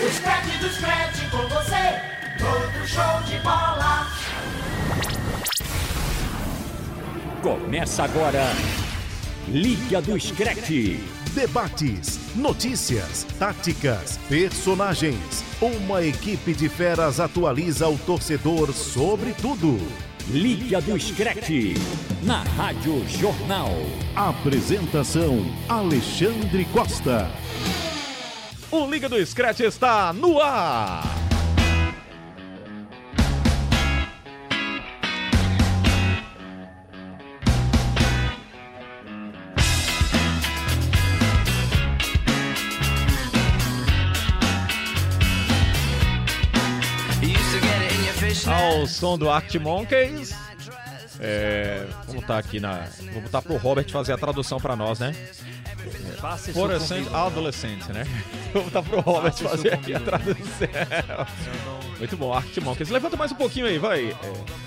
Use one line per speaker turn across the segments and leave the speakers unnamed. O Scratch do Scratch com você, todo show de bola.
Começa agora. Liga do Screte.
Debates, notícias, táticas, personagens. Uma equipe de feras atualiza o torcedor sobre tudo.
Liga do Screte. Na Rádio Jornal.
Apresentação: Alexandre Costa.
O Liga do Scratch está no ar. Ao som do Arctic Monkeys. É, vamos estar aqui na. Vamos estar pro Robert fazer a tradução para nós, né?
Passe isso
Adolescente,
comigo.
adolescente, né? Vamos estar pro Robert
isso
fazer aqui
comigo.
a tradução. Muito bom, Arctic Monkeys. Levanta mais um pouquinho aí, vai. É,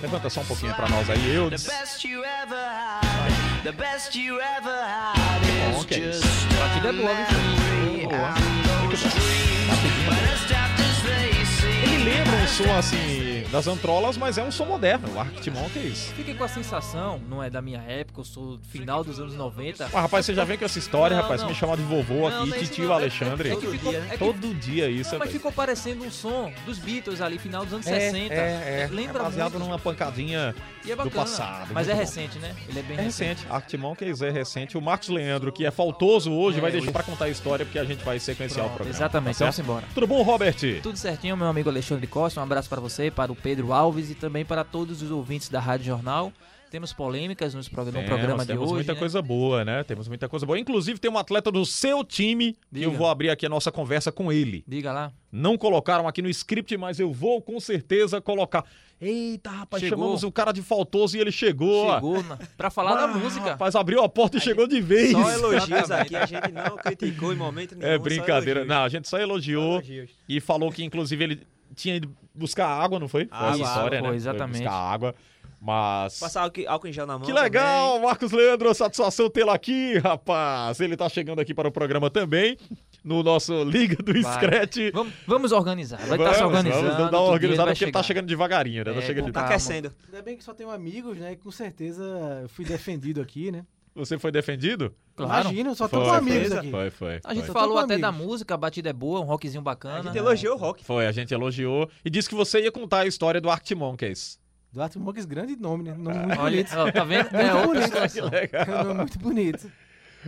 levanta só um pouquinho pra nós aí, eu.
The best you ever had, the best you ever had is
Ok.
just
Batida
a
boa, viu?
memory
Boa.
and those dreams. But as daft as they
Ele
seem,
lembra um som assim das antrolas, mas é um som moderno. O Arctic Monkeys.
Fiquei com a sensação, não é da minha época, eu sou do final dos anos 90.
Mas, rapaz, você já vem com essa história,
Não,
rapaz.
não.
Me chamar de vovô
Não,
aqui,
mas
titio
não, é-
Alexandre.
é que ficou- é que-
Todo dia isso,
Não, mas
velho.
ficou parecendo um som dos Beatles ali, final dos anos
É,
60.
É, é, é
Lembra
baseado
muito.
numa pancadinha
E é bacana.
do passado.
mas
muito
é
bom.
recente, né? Ele é bem
É
recente.
recente. Arctic Monkeys é recente. O Marcos Leandro, que é faltoso hoje, vai deixar pra contar a história, porque a gente vai sequenciar o
Pronto,
programa.
exatamente,
Tá certo?
vamos embora.
Tudo bom, Robert?
Tudo certinho, meu amigo Alexandre Costa. Um abraço para você, para o Pedro Alves e também para todos os ouvintes da Rádio Jornal. Temos polêmicas nos prog- no
Temos,
programa de
temos
hoje.
muita
né?
coisa boa, né? Temos muita coisa boa. Inclusive, tem um atleta do seu time que eu
Diga.
vou abrir aqui a nossa conversa com ele.
Diga lá.
Não colocaram aqui no script, mas eu vou com certeza colocar. Eita, rapaz,
Chegou.
chamamos o cara de faltoso e ele chegou.
Chegou na... pra falar da
Ah,
música.
Rapaz, abriu a porta e chegou de vez.
Só elogios aqui, a gente não criticou em momento nenhum.
É
só
brincadeira.
elogios.
Não, a gente só
Só
elogiou
elogios.
e falou que, inclusive, ele tinha ido buscar água, não foi? Foi
Água,
essa história,
água,
né?
exatamente.
Foi buscar água. Mas.
Passar álcool, álcool em gel na mão.
Que
também.
legal, Marcos Leandro, satisfação tê-lo aqui, rapaz. Ele tá chegando aqui para o programa também, no nosso Liga do
Vai.
Scratch.
Vamos, vamos organizar. Vai estar tá se
Vamos,
organizando.
Vamos dar uma
outro dia
organizada
vai
porque ele tá
chegar.
chegando devagarinho, né? Tá
É,
chegando
bom,
Tá
devagar.
aquecendo.
Ainda bem que só tenho amigos, né? Com certeza eu fui defendido aqui, né?
Você foi defendido?
Claro.
Imagina, eu só tô
foi,
com amigos
foi,
aqui.
Foi, foi.
A gente
Foi.
falou
Tô com
até da
amigos.
música, a batida é boa, um rockzinho
A
bacana.
gente elogiou o rock.
Foi, a gente elogiou e disse que você ia contar a história do é Arctic Monkeys.
Duarte Monkeys, grande nome, né? Nome muito
Olha,
bonito.
ó, tá vendo? É
Muito
outra
bonito.
situação.
É um nome muito bonito.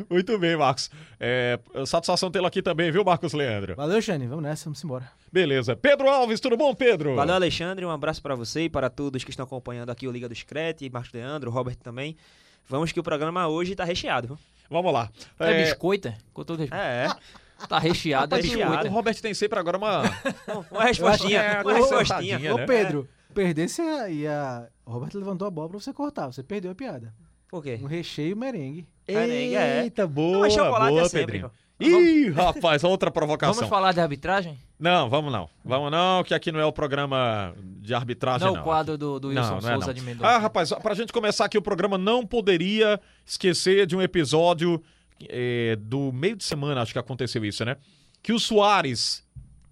Muito bem, Marcos. É, satisfação tê-lo aqui também, viu, Marcos Leandro?
Valeu, Xane. Vamos nessa, vamos embora.
Beleza. Pedro Alves, tudo bom, Pedro?
Valeu, Alexandre. Um abraço pra você e para todos que estão acompanhando aqui o Liga do Screte, Marcos Leandro, Robert também. Vamos que o programa hoje tá recheado. viu?
Vamos lá.
É
É,
biscoita? Com todo respeito.
É, é.
Tá recheado, é
Rapaz,
o
biscoita.
Robert tem sempre agora uma. Eu
Uma respostinha. Uma
acho que é,
respostinha.
sentadinha, né?
Ô, Pedro, perdesse a, e a... o Roberto levantou a bola pra você cortar. Você perdeu a piada.
Por quê?
Um recheio merengue.
Merengue, é.
Eita, boa,
Não, mas chocolate
boa,
é sempre,
Pedrinho.
pô.
Ih, rapaz, outra provocação.
Vamos falar de arbitragem?
Não, vamos não. Vamos não, que aqui não é o programa de arbitragem,
Não,
Ah, não.
o quadro do, do Wilson
Não, não é
Souza
não.
de Mendonça.
Ah, rapaz, ó, pra gente começar aqui o programa, não poderia esquecer de um episódio eh, do meio de semana, acho que aconteceu isso, né? Que o Soares,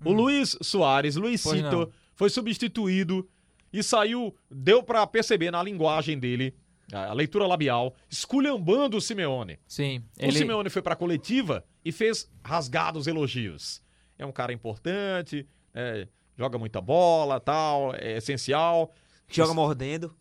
o Luiz Soares,
Hum. Pois não.
Luizito, foi substituído e saiu, deu pra perceber na linguagem dele, a a leitura labial, esculhambando o Simeone.
Sim.
O
Ele...
Simeone foi pra coletiva e fez rasgados elogios. É um cara importante, é, joga muita bola, tal, é essencial.
Joga mordendo.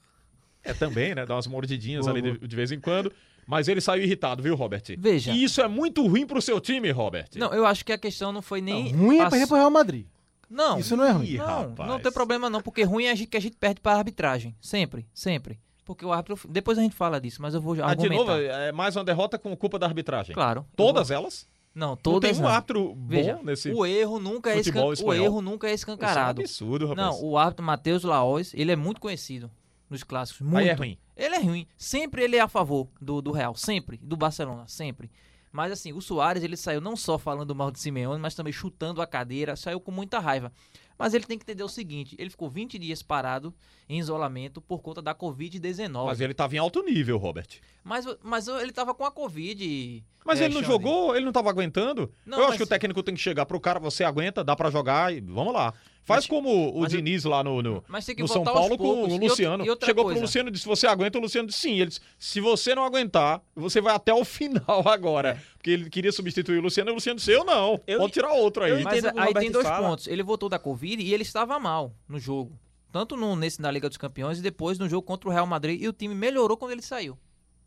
É também, né? Dá umas mordidinhas ali de, de vez em quando. Mas ele saiu irritado, viu, Robert?
Veja.
E isso é muito ruim pro seu time, Robert.
Não, eu acho que a questão não foi
Não,
Ah,
nem.
ruim é
pass-
perder pro Real Madrid.
Não,
Isso não é ruim.
Ih,
não,
rapaz.
não tem problema não, porque ruim é a gente- que a gente perde pra arbitragem. Sempre, sempre. Porque o árbitro. Depois a gente fala disso, mas eu vou
Ah, de
argumentar.
novo, é mais uma derrota com culpa da arbitragem.
Claro. eu
Todas elas?
vou- Não,
Não
todas
Tem um
não.
árbitro bom
Veja,
nesse.
o erro nunca é
futebol
escan- o
espanhol.
erro nunca é
Isso é um
escancarado.
absurdo, rapaz.
não, o árbitro Matheus Laoz, ele é muito conhecido nos clássicos, muito.
Aí é ruim.
Ele é ruim. Sempre ele é a favor do, do Real, sempre, do Barcelona, sempre. Mas assim, o Soares, ele saiu não só falando mal de Simeone, mas também chutando a cadeira, saiu com muita raiva. Mas ele tem que entender o seguinte: ele ficou 20 dias parado em isolamento por conta da Covid-19.
Mas ele tava em alto nível, Robert.
Mas, mas ele tava com a Covid.
Mas
é,
ele não
Xande.
jogou, ele não tava aguentando.
Não,
eu acho
mas-
que o técnico tem que chegar pro cara, você aguenta, dá pra jogar, e vamos lá. Faz
Mas-
como o
mas eu-
Diniz lá no, no,
Mas tem que
no
voltar
São
aos
Paulo com
poucos.
o
E outra-
Luciano.
e outra
Chegou
coisa.
pro Luciano e disse: Você aguenta? O Luciano disse: Sim. Ele disse: Se você não aguentar, você vai até o final agora.
É.
Porque ele queria substituir o Luciano e o Luciano disse: Eu não.
Eu-
Pode tirar outro aí.
eu
Mas
entendo o que o
aí tem
Roberto
dois
fala.
pontos. Ele voltou da Covid e ele estava mal no jogo. Tanto no, nesse na Liga dos Campeões e depois no jogo contra o Real Madrid. E o time melhorou quando ele saiu.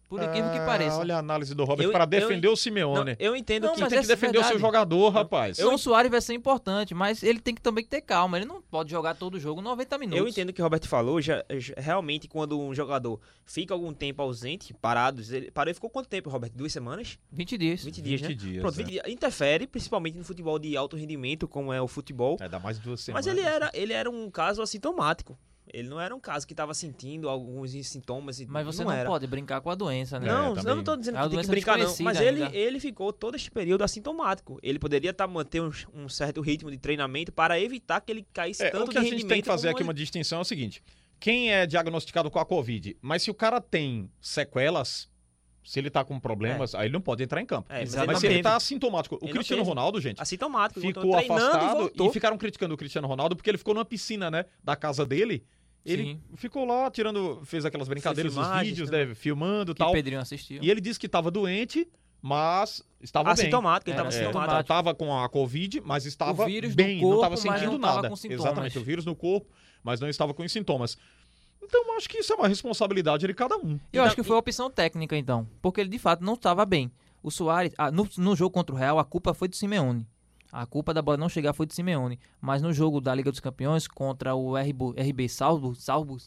Por incrível que
Ah,
pareça.
Olha a análise do Robert
Eu-
para
eu-
defender o Simeone.
Não, eu entendo
Não,
que
Você
mas
tem que
essa é
defender o seu
verdade.
jogador, rapaz.
São Soares vai ser importante, mas ele tem que também ter calma. Ele não pode jogar todo jogo 90 minutos.
Eu entendo o que o Roberto falou, já, já- realmente quando um jogador fica algum tempo ausente, parado, ele parou e ficou quanto tempo, Roberto? Duas semanas?
20 dias.
20 dias, né?
20 dias,
Pronto,
é.
20 dias. Interfere, principalmente no futebol de alto rendimento, como é o futebol.
É, dá mais duas semanas.
Mas ele era, ele era um caso assintomático. Ele não era um caso que estava sentindo alguns sintomas e
Mas você não,
era.
pode brincar com a doença, né?
Não,
É,
eu
também.
não tô dizendo
É uma
que tem que
doença
brincar, não. Mas
desconhecida
ele,
ainda.
ele ficou todo esse período assintomático. Ele poderia tá, manter um, um certo ritmo de treinamento para evitar que ele caísse
É,
tanto
o que a
de
gente tem
rendimento
que fazer
como
aqui
ele-
uma distinção é o seguinte: quem é diagnosticado com a Covid, mas se o cara tem sequelas, se ele tá com problemas, aí ele não pode entrar em campo.
É, mas
ele
mas
não
se ele
teve.
tá assintomático, o
Ele não
Cristiano
teve.
Ronaldo, gente,
Assintomático.
ficou
voltou treinando e
afastado e,
voltou.
ficaram criticando o Cristiano Ronaldo porque ele ficou numa piscina, né, da casa dele. Ele
Sim.
ficou lá tirando, fez aquelas brincadeiras, os
filmagens,
vídeos,
né?
né, filmando e
Que o
tal.
Pedrinho assistiu.
E ele disse que estava doente, mas estava
Ah,
bem.
Assintomático, ele
É,
tava
é.
assintomático.
Sintomático.
Então, Tava com a Covid, mas estava
O vírus
bem,
no
não estava
corpo, mas
sentindo
não tava
nada.
com sintomas.
Exatamente, o vírus no corpo, mas não estava com os sintomas. Então acho que isso é uma responsabilidade de cada um.
Eu acho que foi a opção técnica, então. Porque ele, de fato, não estava bem. O Soares, ah, no, no jogo contra o Real, a culpa foi do Simeone. A culpa da bola não chegar foi do Simeone. Mas no jogo da Liga dos Campeões contra o RB, RB Salzburg, Salzburg,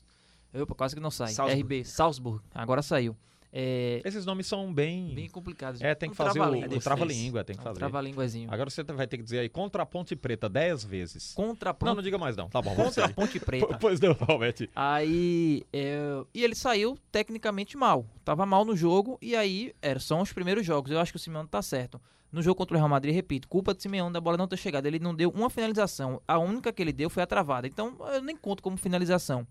eu quase que não sai.
Salzburg.
RB Salzburg, agora saiu. É
Esses nomes são bem.
bem complicado. Um
É, tem que fazer o- o trava-língua,
É,
tem que fazer.
Trava-linguazinho.
Agora você vai ter que dizer aí contra a Ponte Preta 10 vezes.
Contra a
Não,
Ponte,
não diga mais não. Tá bom, vamos
contra a
sair.
Ponte Preta.
Pois não, Robert.
Aí, é, e ele saiu tecnicamente mal. Tava mal no jogo e aí é, são os primeiros jogos. Eu acho que o Simeone tá certo. No jogo contra o Real Madrid, repito, culpa do Simeone da bola não ter chegado. Ele não deu uma finalização. A única que ele deu foi a travada. Então, eu nem conto como finalização.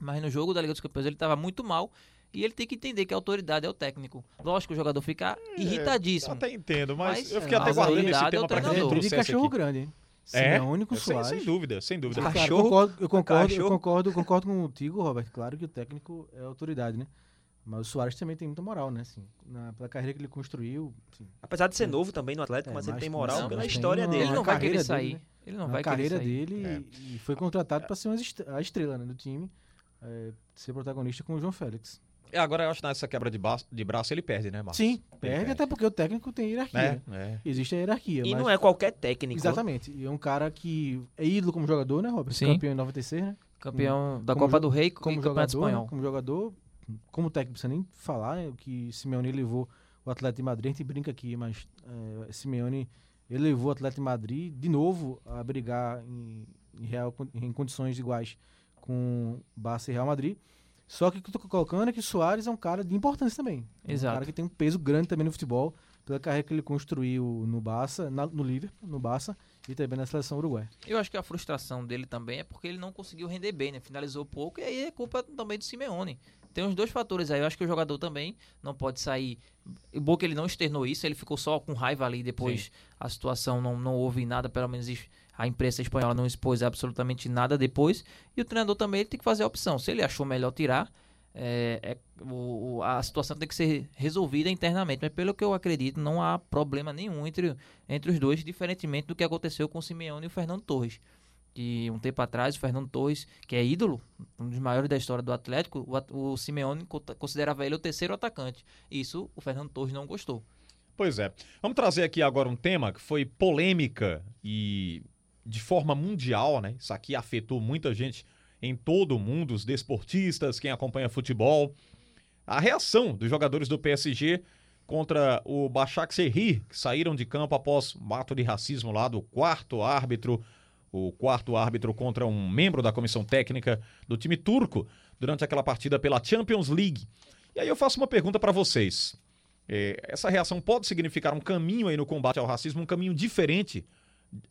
Mas no jogo da Liga dos Campeões ele tava muito mal e ele tem que entender que a autoridade é o técnico. Lógico que o jogador fica
É,
Eu
irritadíssimo.
até entendo, mas,
Mas,
eu fiquei
é,
até
mas
guardando
a
esse
verdade é
tema
o
pra gente
treinador.
Ele Tá de
trouxer
cachorro
aqui.
grande, hein?
É?
Simeone com
Sem,
Soares.
sem dúvida, sem dúvida.
Cara,
Cachorro?
concordo, eu concordo,
Cachorro?
eu concordo, eu concordo contigo, Robert. Claro que o técnico é autoridade, né? Mas o Soares também tem muita moral, né? Assim, na, pela carreira que ele construiu. assim,
Apesar de ser novo também no Atlético,
É,
mas ele
mas-
tem moral
mas
pela
tem um
história
uma-
dele.
Ele não
a
vai querer
carreira
sair.
dele,
Ele não
a
vai querer
carreira
sair.
dele e- e foi contratado para ser uma est- a estrela né, do time, é, ser protagonista com o João Félix.
É, Agora eu acho que nessa quebra de, braço- de braço ele perde, né, Marcos?
Sim,
Ele
perde até porque o técnico tem hierarquia.
É,
né?
é.
Existe a hierarquia.
E
mas-
não é qualquer técnico.
Exatamente. E é um cara que é ídolo como jogador, né, Robert?
Sim.
Campeão em 96, né?
Campeão da
Como
Copa
jo-
do Rei
como
e campeonato
jogador, né?
espanhol.
como jogador, como técnico, não precisa nem falar né, o que Simeone levou o Atlético de Madrid. A gente brinca aqui, mas eh, Simeone elevou o Atlético de Madrid de novo a brigar em, em real, con- em condições iguais com Barça e Real Madrid. Só que o que eu tô colocando é que Soares é um cara de importância também. É Um
Exato.
cara que tem um peso grande também no futebol, pela carreira que ele construiu no Barça, na- no Liverpool, no Barça e também na seleção uruguaia.
Eu acho que a frustração dele também é porque ele não conseguiu render bem, né? Finalizou pouco e aí é culpa também do Simeone. Tem os dois fatores aí. Eu acho que o jogador também não pode sair. E Bom que ele não externou isso, ele ficou só com raiva ali. Depois a situação não, não houve nada, pelo menos es- a imprensa espanhola não expôs absolutamente nada depois. E o treinador também ele tem que fazer a opção. Se ele achou melhor tirar, é, é- o- o- a situação tem que ser resolvida internamente. Mas pelo que eu acredito, não há problema nenhum entre, entre os dois, diferentemente do que aconteceu com o Simeone e o Fernando Torres. Que um tempo atrás, o Fernando Torres, que é ídolo, um dos maiores da história do Atlético, o, at- o Simeone co- considerava ele o terceiro atacante. Isso o Fernando Torres não gostou.
Pois é. Vamos trazer aqui agora um tema que foi polêmica e de forma mundial, né? Isso aqui afetou muita gente em todo o mundo, os desportistas, quem acompanha futebol. A reação dos jogadores do PSG contra o Başak Serri, que saíram de campo após um ato de racismo lá do quarto árbitro, o quarto árbitro contra um membro da comissão técnica do time turco durante aquela partida pela Champions League. E aí eu faço uma pergunta para vocês. É, essa reação pode significar um caminho aí no combate ao racismo, um caminho diferente,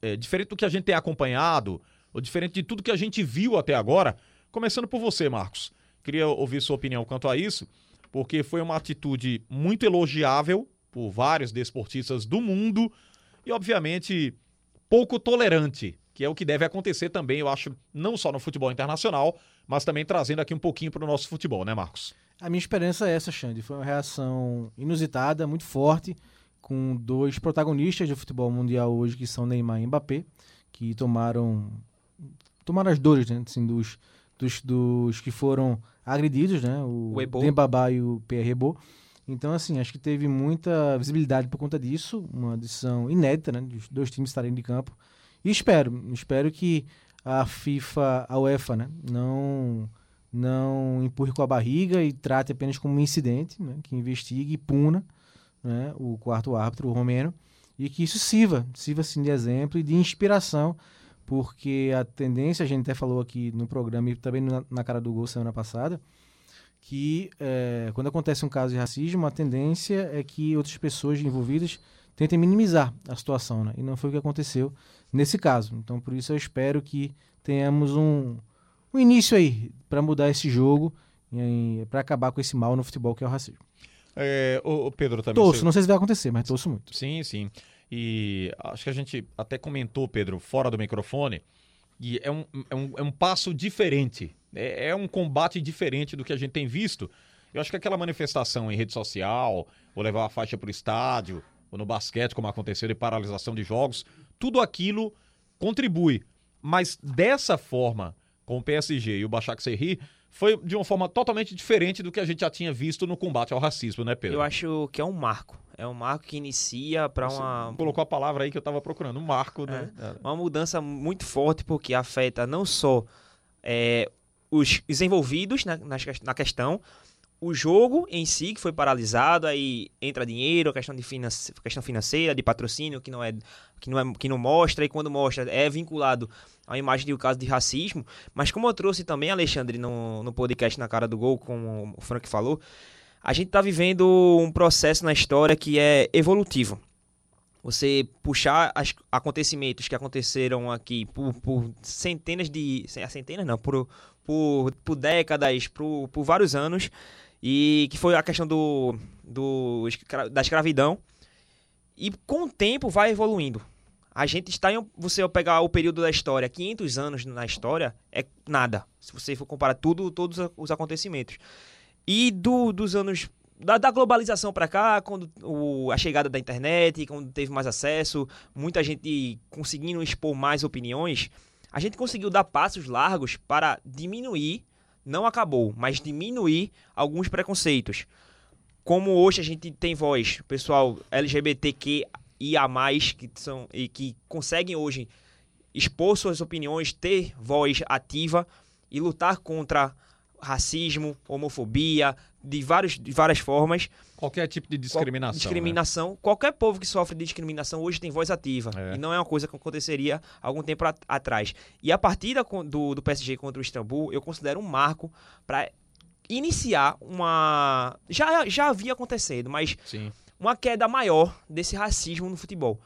é, diferente do que a gente tem acompanhado, Diferente de tudo que a gente viu até agora. Começando por você, Marcos. Queria ouvir sua opinião quanto a isso, porque foi uma atitude muito elogiável por vários desportistas do mundo e, obviamente, pouco tolerante, que é o que deve acontecer também, eu acho, não só no futebol internacional, mas também trazendo aqui um pouquinho para o nosso futebol, né, Marcos?
A minha esperança é essa, Xande. Foi uma reação inusitada, muito forte, com dois protagonistas do futebol mundial hoje, que são Neymar e Mbappé, que tomaram, tomaram as dores né, assim, dos, dos, dos que foram agredidos, né? O,
O Ebo.
Dembabá e o Pierre Ebo. Então, assim, acho que teve muita visibilidade por conta disso, uma decisão inédita, né? Dos dois times estarem de campo. E espero, espero que a FIFA, a UEFA, né? Não não empurre com a barriga e trate apenas como um incidente, né, que investigue e puna né, o quarto árbitro, o Romero, e que isso sirva, sirva sim de exemplo e de inspiração, porque a tendência, a gente até falou aqui no programa e também na, na cara do gol semana passada, que eh, quando acontece um caso de racismo, a tendência é que outras pessoas envolvidas tentem minimizar a situação, né? E não foi o que aconteceu nesse caso. Então, por isso eu espero que tenhamos um, um início aí para mudar esse jogo e para acabar com esse mal no futebol que é o racismo.
É, o, Pedro também.
Torço, não sei se vai acontecer, mas torço muito.
Sim, sim. E acho que a gente até comentou, Pedro, fora do microfone, e é um, é um, é um passo diferente. É, é um combate diferente do que a gente tem visto. Eu acho que aquela manifestação em rede social, ou levar a faixa para o estádio, ou no basquete, como aconteceu, de paralisação de jogos, tudo aquilo contribui. Mas dessa forma, com o PSG e o Bachac Serri, foi de uma forma totalmente diferente do que a gente já tinha visto no combate ao racismo, né, Pedro?
Eu acho que é um marco. É um marco que inicia para uma, É.
colocou a palavra aí que eu tava procurando, um marco, né?
uma mudança muito forte, porque afeta não só é, os os envolvidos na, nas ques- na questão, o jogo em si, que foi paralisado, aí entra dinheiro, a questão, de finance, questão financeira, de patrocínio, que não, é, que, não é, que não mostra, e quando mostra é vinculado à imagem de um caso de racismo. Mas como eu trouxe também, Alexandre, no, no podcast Na Cara do Gol, como o Frank falou, a gente está vivendo um processo na história que é evolutivo você puxar as- acontecimentos que aconteceram aqui por, por centenas de. cen- Centenas não, por, por, por décadas, por, por vários anos, e que foi a questão do, do, escra- da escravidão. E com o tempo vai evoluindo. A gente está em. um- Você pegar o período da história, 500 anos na história, é nada. Se você for comparar tudo, todos os acontecimentos. E do- dos anos. Da, da globalização para cá, quando o- a chegada da internet, quando teve mais acesso, muita gente conseguindo expor mais opiniões, a gente conseguiu dar passos largos para diminuir, não acabou, mas diminuir alguns preconceitos. Como hoje a gente tem voz, o pessoal LGBTQIA+, que são e que conseguem hoje expor suas opiniões, ter voz ativa e lutar contra racismo, homofobia, de, vários, de várias formas.
Qualquer tipo de
Qual-
discriminação.
discriminação. Qualquer povo que sofre de discriminação hoje tem voz ativa.
É.
E não é uma coisa que aconteceria algum tempo at- atrás. E a partida con- do, do PSG contra o Istambul, eu considero um marco para iniciar uma. Já, já havia acontecido, mas
né? Sim.
uma queda maior desse racismo no futebol.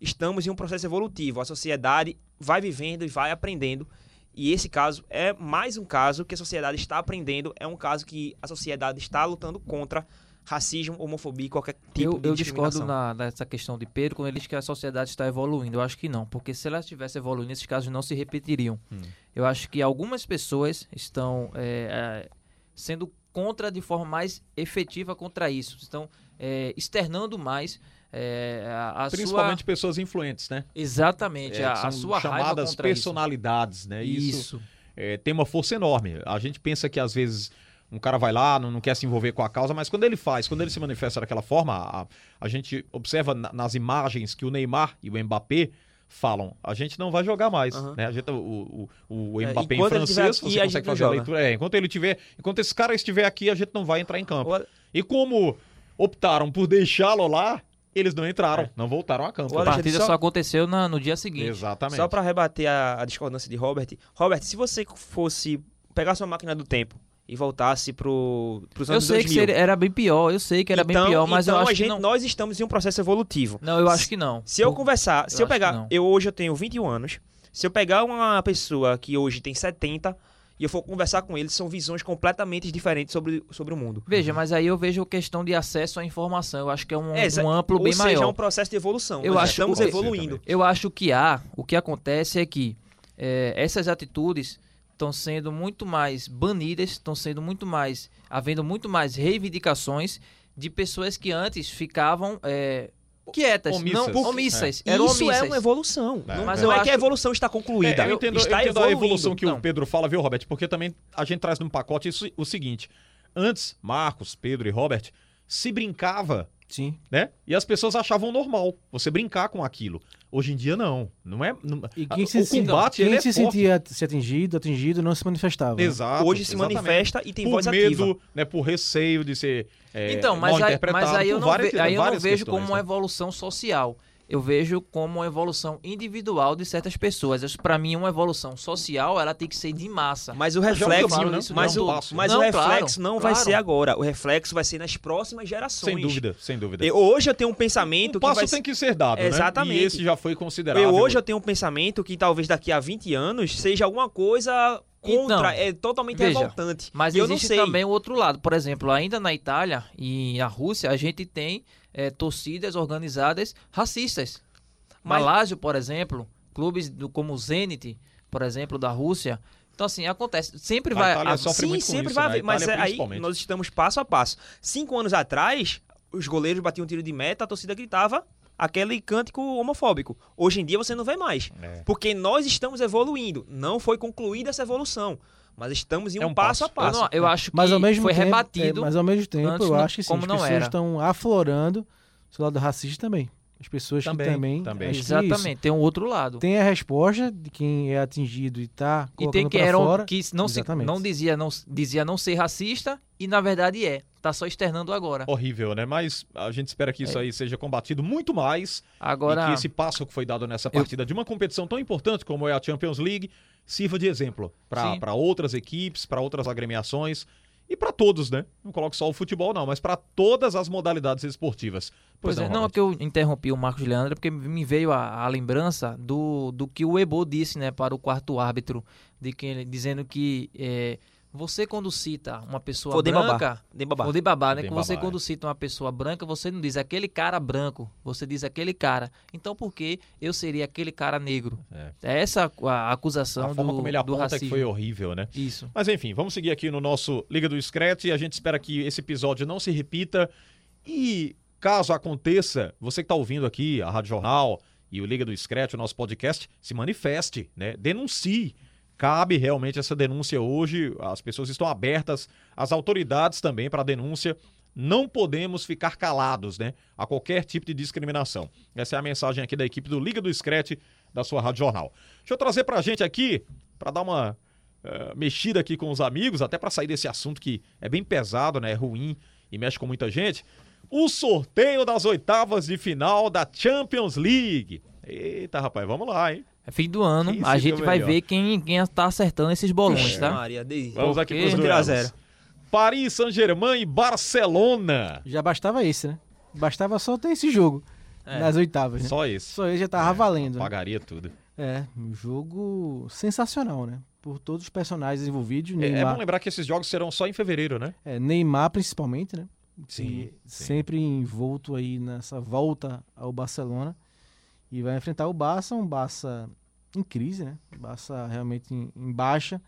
Estamos em um processo evolutivo, a sociedade vai vivendo e vai aprendendo. E esse caso é mais um caso que a sociedade está aprendendo, é um caso que a sociedade está lutando contra racismo, homofobia e qualquer tipo
eu,
de
eu
discriminação.
discordo na, nessa questão de Pedro quando ele diz que a sociedade está evoluindo. Eu acho que não, porque se ela estivesse evoluindo, esses casos não se repetiriam.
Hum.
Eu acho que algumas pessoas estão é, é, sendo contra de forma mais efetiva contra isso, estão é, externando mais é, a, a
Principalmente
sua
pessoas influentes, né?
exatamente
É,
a,
que
a
são
sua raiva
chamadas
contra isso.
personalidades, né? E Isso,
Isso.
é, tem uma força enorme. A gente pensa que às vezes um cara vai lá, não, não quer se envolver com a causa, mas quando ele faz, quando ele se manifesta daquela forma, a, a gente observa na- nas imagens que o Neymar e o Mbappé falam, a gente não vai jogar mais,
Aham.
né? A gente, o, o, o
É,
Mbappé em
enquanto ele tiver
francês,
aqui,
você
a
consegue
gente não
fazer a
joga.
leitura. É, enquanto ele tiver, enquanto esse cara estiver aqui, a gente não vai entrar em campo.
O Ale-
E como optaram por deixá-lo lá, eles não entraram, não voltaram a campo.
O
É. A
Alexandre,
partida
só-
só, aconteceu na- no dia seguinte.
Exatamente. É,
Só para rebater a, a discordância de Robert, Robert, se você fosse pegar sua máquina do tempo e voltasse para os anos
Eu sei
2000,
que seria- era bem pior, eu sei que era
então,
bem pior, mas
então
eu
a
acho
gente-
que não.
nós estamos em um processo evolutivo.
Não, eu acho que não.
Se eu
Por-
conversar, se
eu
eu
acho que
pegar,
não.
eu hoje eu tenho 21 anos, Se eu pegar uma pessoa que hoje tem 70 e eu for conversar com ele, são visões completamente diferentes sobre, sobre o mundo.
Veja, mas aí eu vejo a questão de acesso à informação. Eu acho que é um,
É, exa-
um amplo
ou
bem
seja,
maior.
é um processo de evolução.
Eu
Nós
acho-
estamos
eu-
evoluindo.
Eu acho que há, o que acontece é que eh, essas atitudes estão sendo muito mais banidas, estão sendo muito mais, havendo muito mais reivindicações de pessoas que antes ficavam eh, quietas,
Omissas.
não omissas, eram
Isso
omissas.
é uma evolução.
É,
não
mas
não
eu
é que a
acho-
evolução está concluída.
É, eu entendo, eu
está
entendo a
evoluindo.
evolução que
Não.
o Pedro fala, viu, Robert? Porque também a gente traz num pacote isso, o seguinte. Antes, Marcos, Pedro e Robert se brincava,
Sim.
né? E as pessoas achavam normal você brincar com aquilo. Hoje em dia, não. Não é. não-
E quem
o
se, sen-
combate,
quem
ele é
se
forte.
sentia at- se atingido, atingido, não se manifestava. né?
Exato.
Hoje se
exatamente.
manifesta e tem
por
voz
medo,
ativa.
né? Por receio de ser. é,
Então,
mal
mas aí,
interpretado,
mas aí eu
por
não,
várias-
ve- aí eu não
várias
vejo como
questões,
uma
né?
evolução social. Eu vejo como uma evolução individual de certas pessoas. Isso, Pra mim, uma evolução social, ela tem que ser de massa.
Mas o
Já é um
reflexo,
falaram
mas
isso,
mas
não,
o,
passo.
mas
Não,
o reflexo
claro,
não vai
claro.
ser agora. O reflexo vai ser nas próximas gerações.
Sem dúvida, sem dúvida.
Eu- hoje eu tenho um
o
pensamento que
passo
vai
tem que ser dado, né?
Exatamente.
E esse já foi considerado.
Eu hoje eu tenho um pensamento que talvez daqui a 20 anos seja alguma coisa
Então,
contra, é totalmente
veja,
revoltante.
Mas
E eu não
existe
sei.
também um o outro lado. Por exemplo, ainda na Itália e na Rússia, a gente tem eh, torcidas organizadas racistas.
Mas-
Malásio, por exemplo, clubes do, como o Zenit, por exemplo, da Rússia. Então, assim, acontece. Sempre
Na
vai.
Itália
a-
só- Ah, sofre
Sim,
muito com
sempre
isso,
vai
né?
haver,
A
mas
Itália,
é- aí
principalmente.
nós estamos passo a passo. Cinco anos atrás, os goleiros batiam tiro de meta, a torcida gritava aquele cântico homofóbico. Hoje em dia você não vê mais,
É.
porque nós estamos evoluindo. Não foi concluída essa evolução, mas estamos em um,
É um
passo,
passo.
a
eu,
passo.
não- eu acho que
Mas ao mesmo
foi
tempo,
rebatido.
é, mas ao mesmo tempo,
antes
eu
não-
acho que sim,
como
as
não
pessoas
era.
estão aflorando o seu lado racista também. As pessoas
Também,
que também,
também.
acho que é isso.
Exatamente, tem um outro lado.
Tem a resposta de quem é atingido e tá
e
colocando
tem que
pra
eram
fora.
que não se,
Exatamente.
não dizia não dizia não ser racista e na verdade é. Tá só externando agora.
Horrível, né? Mas a gente espera que isso aí seja combatido muito mais
Agora
e que esse passo que foi dado nessa partida de uma competição tão importante como é a Champions League sirva de exemplo
Sim.
para outras equipes, para outras agremiações e para todos, né? Não coloco só o futebol, não, mas para todas as modalidades esportivas.
Pois é,
não,
não, é
Robert?
que eu interrompi o Marcos Leandro, é porque me veio a, a lembrança do, do que o Ebo disse né, para o quarto árbitro, de que ele- dizendo que é, você quando cita uma pessoa
Podem babar,
branca...
podem babar.
Podem babar, né?
Podem
Que você
babar,
quando cita uma pessoa branca, você não diz aquele cara branco, você diz aquele cara. Então por que eu seria aquele cara negro?
É.
É, essa a, a acusação
a forma
do,
como ele
do
aponta é
racismo.
que foi horrível, né?
Isso.
Mas enfim, vamos seguir aqui no nosso Liga do Scratch e a gente espera que esse episódio não se repita. E caso aconteça, você que está ouvindo aqui a Rádio Jornal e o Liga do Scratch, o nosso podcast, se manifeste, né? Denuncie. Cabe realmente essa denúncia hoje, as pessoas estão abertas, as autoridades também para a denúncia. Não podemos ficar calados, né? A qualquer tipo de discriminação. Essa é a mensagem aqui da equipe do Liga do Scratch da sua Rádio Jornal. Deixa eu trazer pra gente aqui, para dar uma eh, mexida aqui com os amigos, até para sair desse assunto que é bem pesado, né? É ruim e mexe com muita gente. O sorteio das oitavas de final da Champions League. Eita, rapaz, vamos lá, hein?
É fim do ano,
Quem
a
se
gente
deu
vai
melhor?
ver quem, quem tá acertando esses bolões,
Vixe,
tá?
Maria, de-
Vamos aqui pros
Porque-
duelos.
0 a 0.
Paris Saint-Germain e Barcelona.
Já bastava esse, né? Bastava só ter esse jogo nas oitavas, né? Só,
Só esse.
ele já tava valendo. né?
Pagaria tudo.
É, um jogo sensacional, né? Por todos os personagens envolvidos,
É, é
Neymar,
bom lembrar que esses jogos serão só em fevereiro, né?
é, Neymar principalmente, né?
Sim,
Que Sempre envolto aí nessa volta ao Barcelona. E vai enfrentar o Barça, um Barça em crise, né? Um Barça realmente em, em baixa.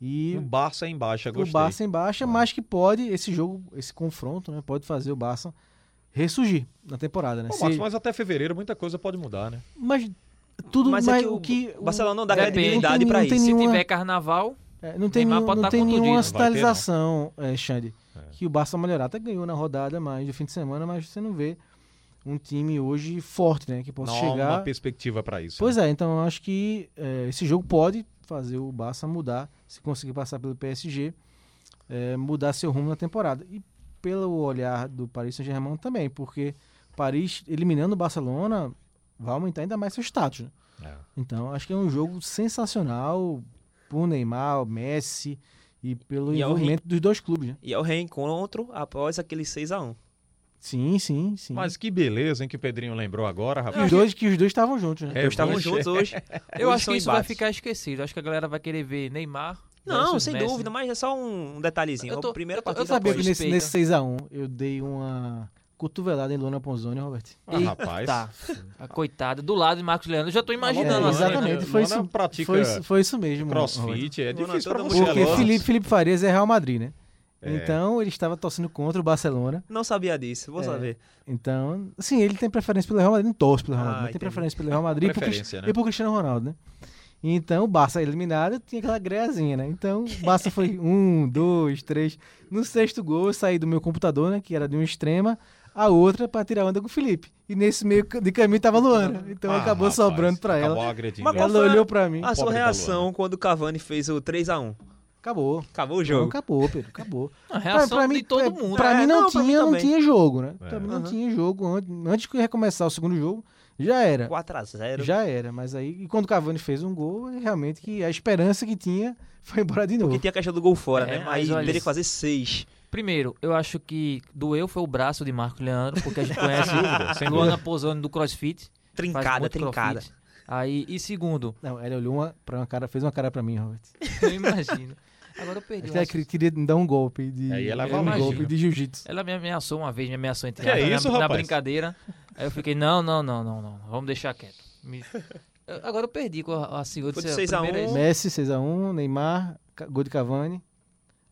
E
O Um Barça em baixa,
o
gostei.
Barça em baixa, mas que pode, esse jogo, esse confronto, né? Pode fazer o Barça ressurgir na temporada, né?
Pô,
Se-
Marcos, mas até fevereiro muita coisa pode mudar, né?
mas tudo
Mas
mas
é
mais
que o
o que...
o Barcelona não dá
Depende.
credibilidade pra
Não tem
isso.
Se
nenhuma-
tiver carnaval,
É, não tem,
Neymar
nenhum-
pode
não
tá
tem
contundido, não
nenhuma
vai ter, não.
sinalização, é, Xande, que o Barça Melhorar até ganhou na rodada mais do fim de semana, mas você não vê um time hoje forte, né? Que possa
Não há
chegar.
uma perspectiva pra isso.
Pois é, então eu acho que é, esse jogo pode fazer o Barça mudar, se conseguir passar pelo PSG, é, mudar seu rumo na temporada. E pelo olhar do Paris Saint-Germain também, porque Paris eliminando o Barcelona vai aumentar ainda mais seu status, né?
É.
Então, acho que é um jogo sensacional por Neymar, o Messi e pelo
E é o
um
envolvimento dos dois clubes, né?
E é o reencontro após aquele 6 a 1
Sim, sim, sim.
Mas que beleza, hein, que o Pedrinho lembrou agora,
Que os
rapaz.
dois, que os dois estavam juntos, né?
É,
Eles estavam
hoje-
juntos hoje.
Eu
Hoje
acho
são
que isso vai
embates.
ficar esquecido. Acho que a galera vai querer ver Neymar.
Não,
versus
sem
Messi.
dúvida, mas é só um um detalhezinho.
Eu tô-
a primeira
eu tô- eu
partida
Sabia
pô,
que
foi-
nesse,
respeita.
nesse 6x1 eu dei uma cotovelada em Luana Ponzoni, Robert.
Ah, rapaz.
Tá. A coitada. Do lado de Marcos Leandro. Eu já tô
Não,
imaginando.
não,
É,
assim, né?
exatamente, foi
Luana
isso,
pratica
foi, isso- foi isso mesmo. Robert.
Crossfit, é
Mano,
difícil pra
todo
você
mundo-
então tá Porque
agora.
Felipe, Felipe Farias é Real Madrid, né?
É.
Então ele estava torcendo contra o Barcelona.
Não sabia disso, vou
É.
saber.
Então, sim, ele tem preferência pelo Real Madrid, não torce pelo Real
Ah,
Madrid, mas tem
entendi.
preferência pelo Real Madrid e pro, Crist-
Preferência, né?
e pro Cristiano Ronaldo, né? Então, o Barça eliminado, tinha aquela greazinha, né? Então, o Barça foi um, dois, três. No sexto gol, eu saí do meu computador, né? Que era de uma extrema, a outra pra tirar onda com o Felipe. E nesse meio ca- de caminho tava a Luana. Então,
Ah,
acabou
rapaz,
sobrando pra
acabou
ela.
agredindo
Mas
ela.
qual
Ela
foi a- Ah.
olhou pra
Um
mim.
A sua
Pobre da
reação
Luana.
quando o Cavani fez o 3x1.
Acabou.
Acabou o
Não,
jogo.
acabou, Pedro, acabou.
A reação de todo
pra-
mundo.
Pra
É,
mim não,
não, pra
tinha,
mim
não
também.
tinha jogo, né?
É.
Pra mim não
Aham.
tinha jogo. Antes, antes que recomeçar o segundo jogo, já era.
4x0.
Já era, mas aí, e quando o Cavani fez um gol, realmente que a esperança que tinha foi embora de novo.
Porque tinha a caixa do gol fora,
É,
né?
mas
Aí
olha
teria que
isso.
fazer 6.
Primeiro, eu acho que doeu foi o braço de Marcos Leandro, porque a gente conhece
sem
Luana Pozzoni do CrossFit. faz
Trincada,
muito
trincada.
crossfit. Aí, e segundo,
Não, ele olhou uma, pra uma cara, fez uma cara pra mim, Robert.
eu imagino. Agora eu perdi. o
Até que ele queria me dar um golpe de,
Aí ela vai
um
imaginar.
golpe de jiu-jitsu.
Ela me ameaçou uma vez, me ameaçou entre
Que
aspas,
é
na-
isso,
na,
rapaz?
brincadeira. Aí eu fiquei, não, não, não, não, não, vamos deixar quieto. Me- Eu- Agora eu perdi com a, a senhora.
Foi de
disse,
seis a
primeiro é
um.
esse.
Messi 6x1, Neymar, Ca- gol de Cavani.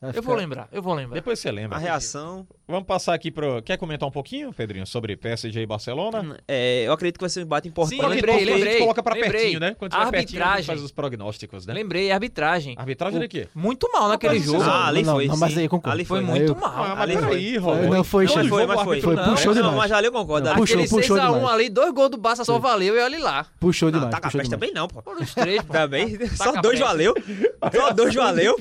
Vai
Eu
ficar-
vou lembrar, eu vou lembrar.
Depois você lembra.
A reação.
Vamos passar aqui pro. Quer comentar um pouquinho, Pedrinho, sobre PSG e Barcelona?
é, eu acredito que vai ser um embate importante.
Sim, lembrei,
Porque a gente
lembrei,
coloca pra
lembrei.
pertinho, né? Quando tiver pertinho, a gente
Arbitragem.
faz os prognósticos, né?
Lembrei, arbitragem.
Arbitragem de quê?
Muito mal naquele
mas isso
é
jogo.
Ah, ali
Não,
foi.
não, mas
sim.
aí eu concordo.
Ali
Foi
foi.
muito
eu-
mal.
Ah, mas
ali
peraí,
foi.
Robert.
Não, foi,
Todo
Xande.
jogo
Mas
o
foi.
árbitro
Foi,
não,
puxou
né?
não,
demais.
mas ali eu concordo.
Não,
ali-
puxou,
Aquele
puxou
6x1
demais.
ali, dois gols do Barça só valeu e olha lá.
Puxou
Não, tá
demais.
taca
puxou
peste
demais.
também não, pô.
Foram os três, pô.
Também. Só
Taca
dois
peste.
valeu. Só dois valeu.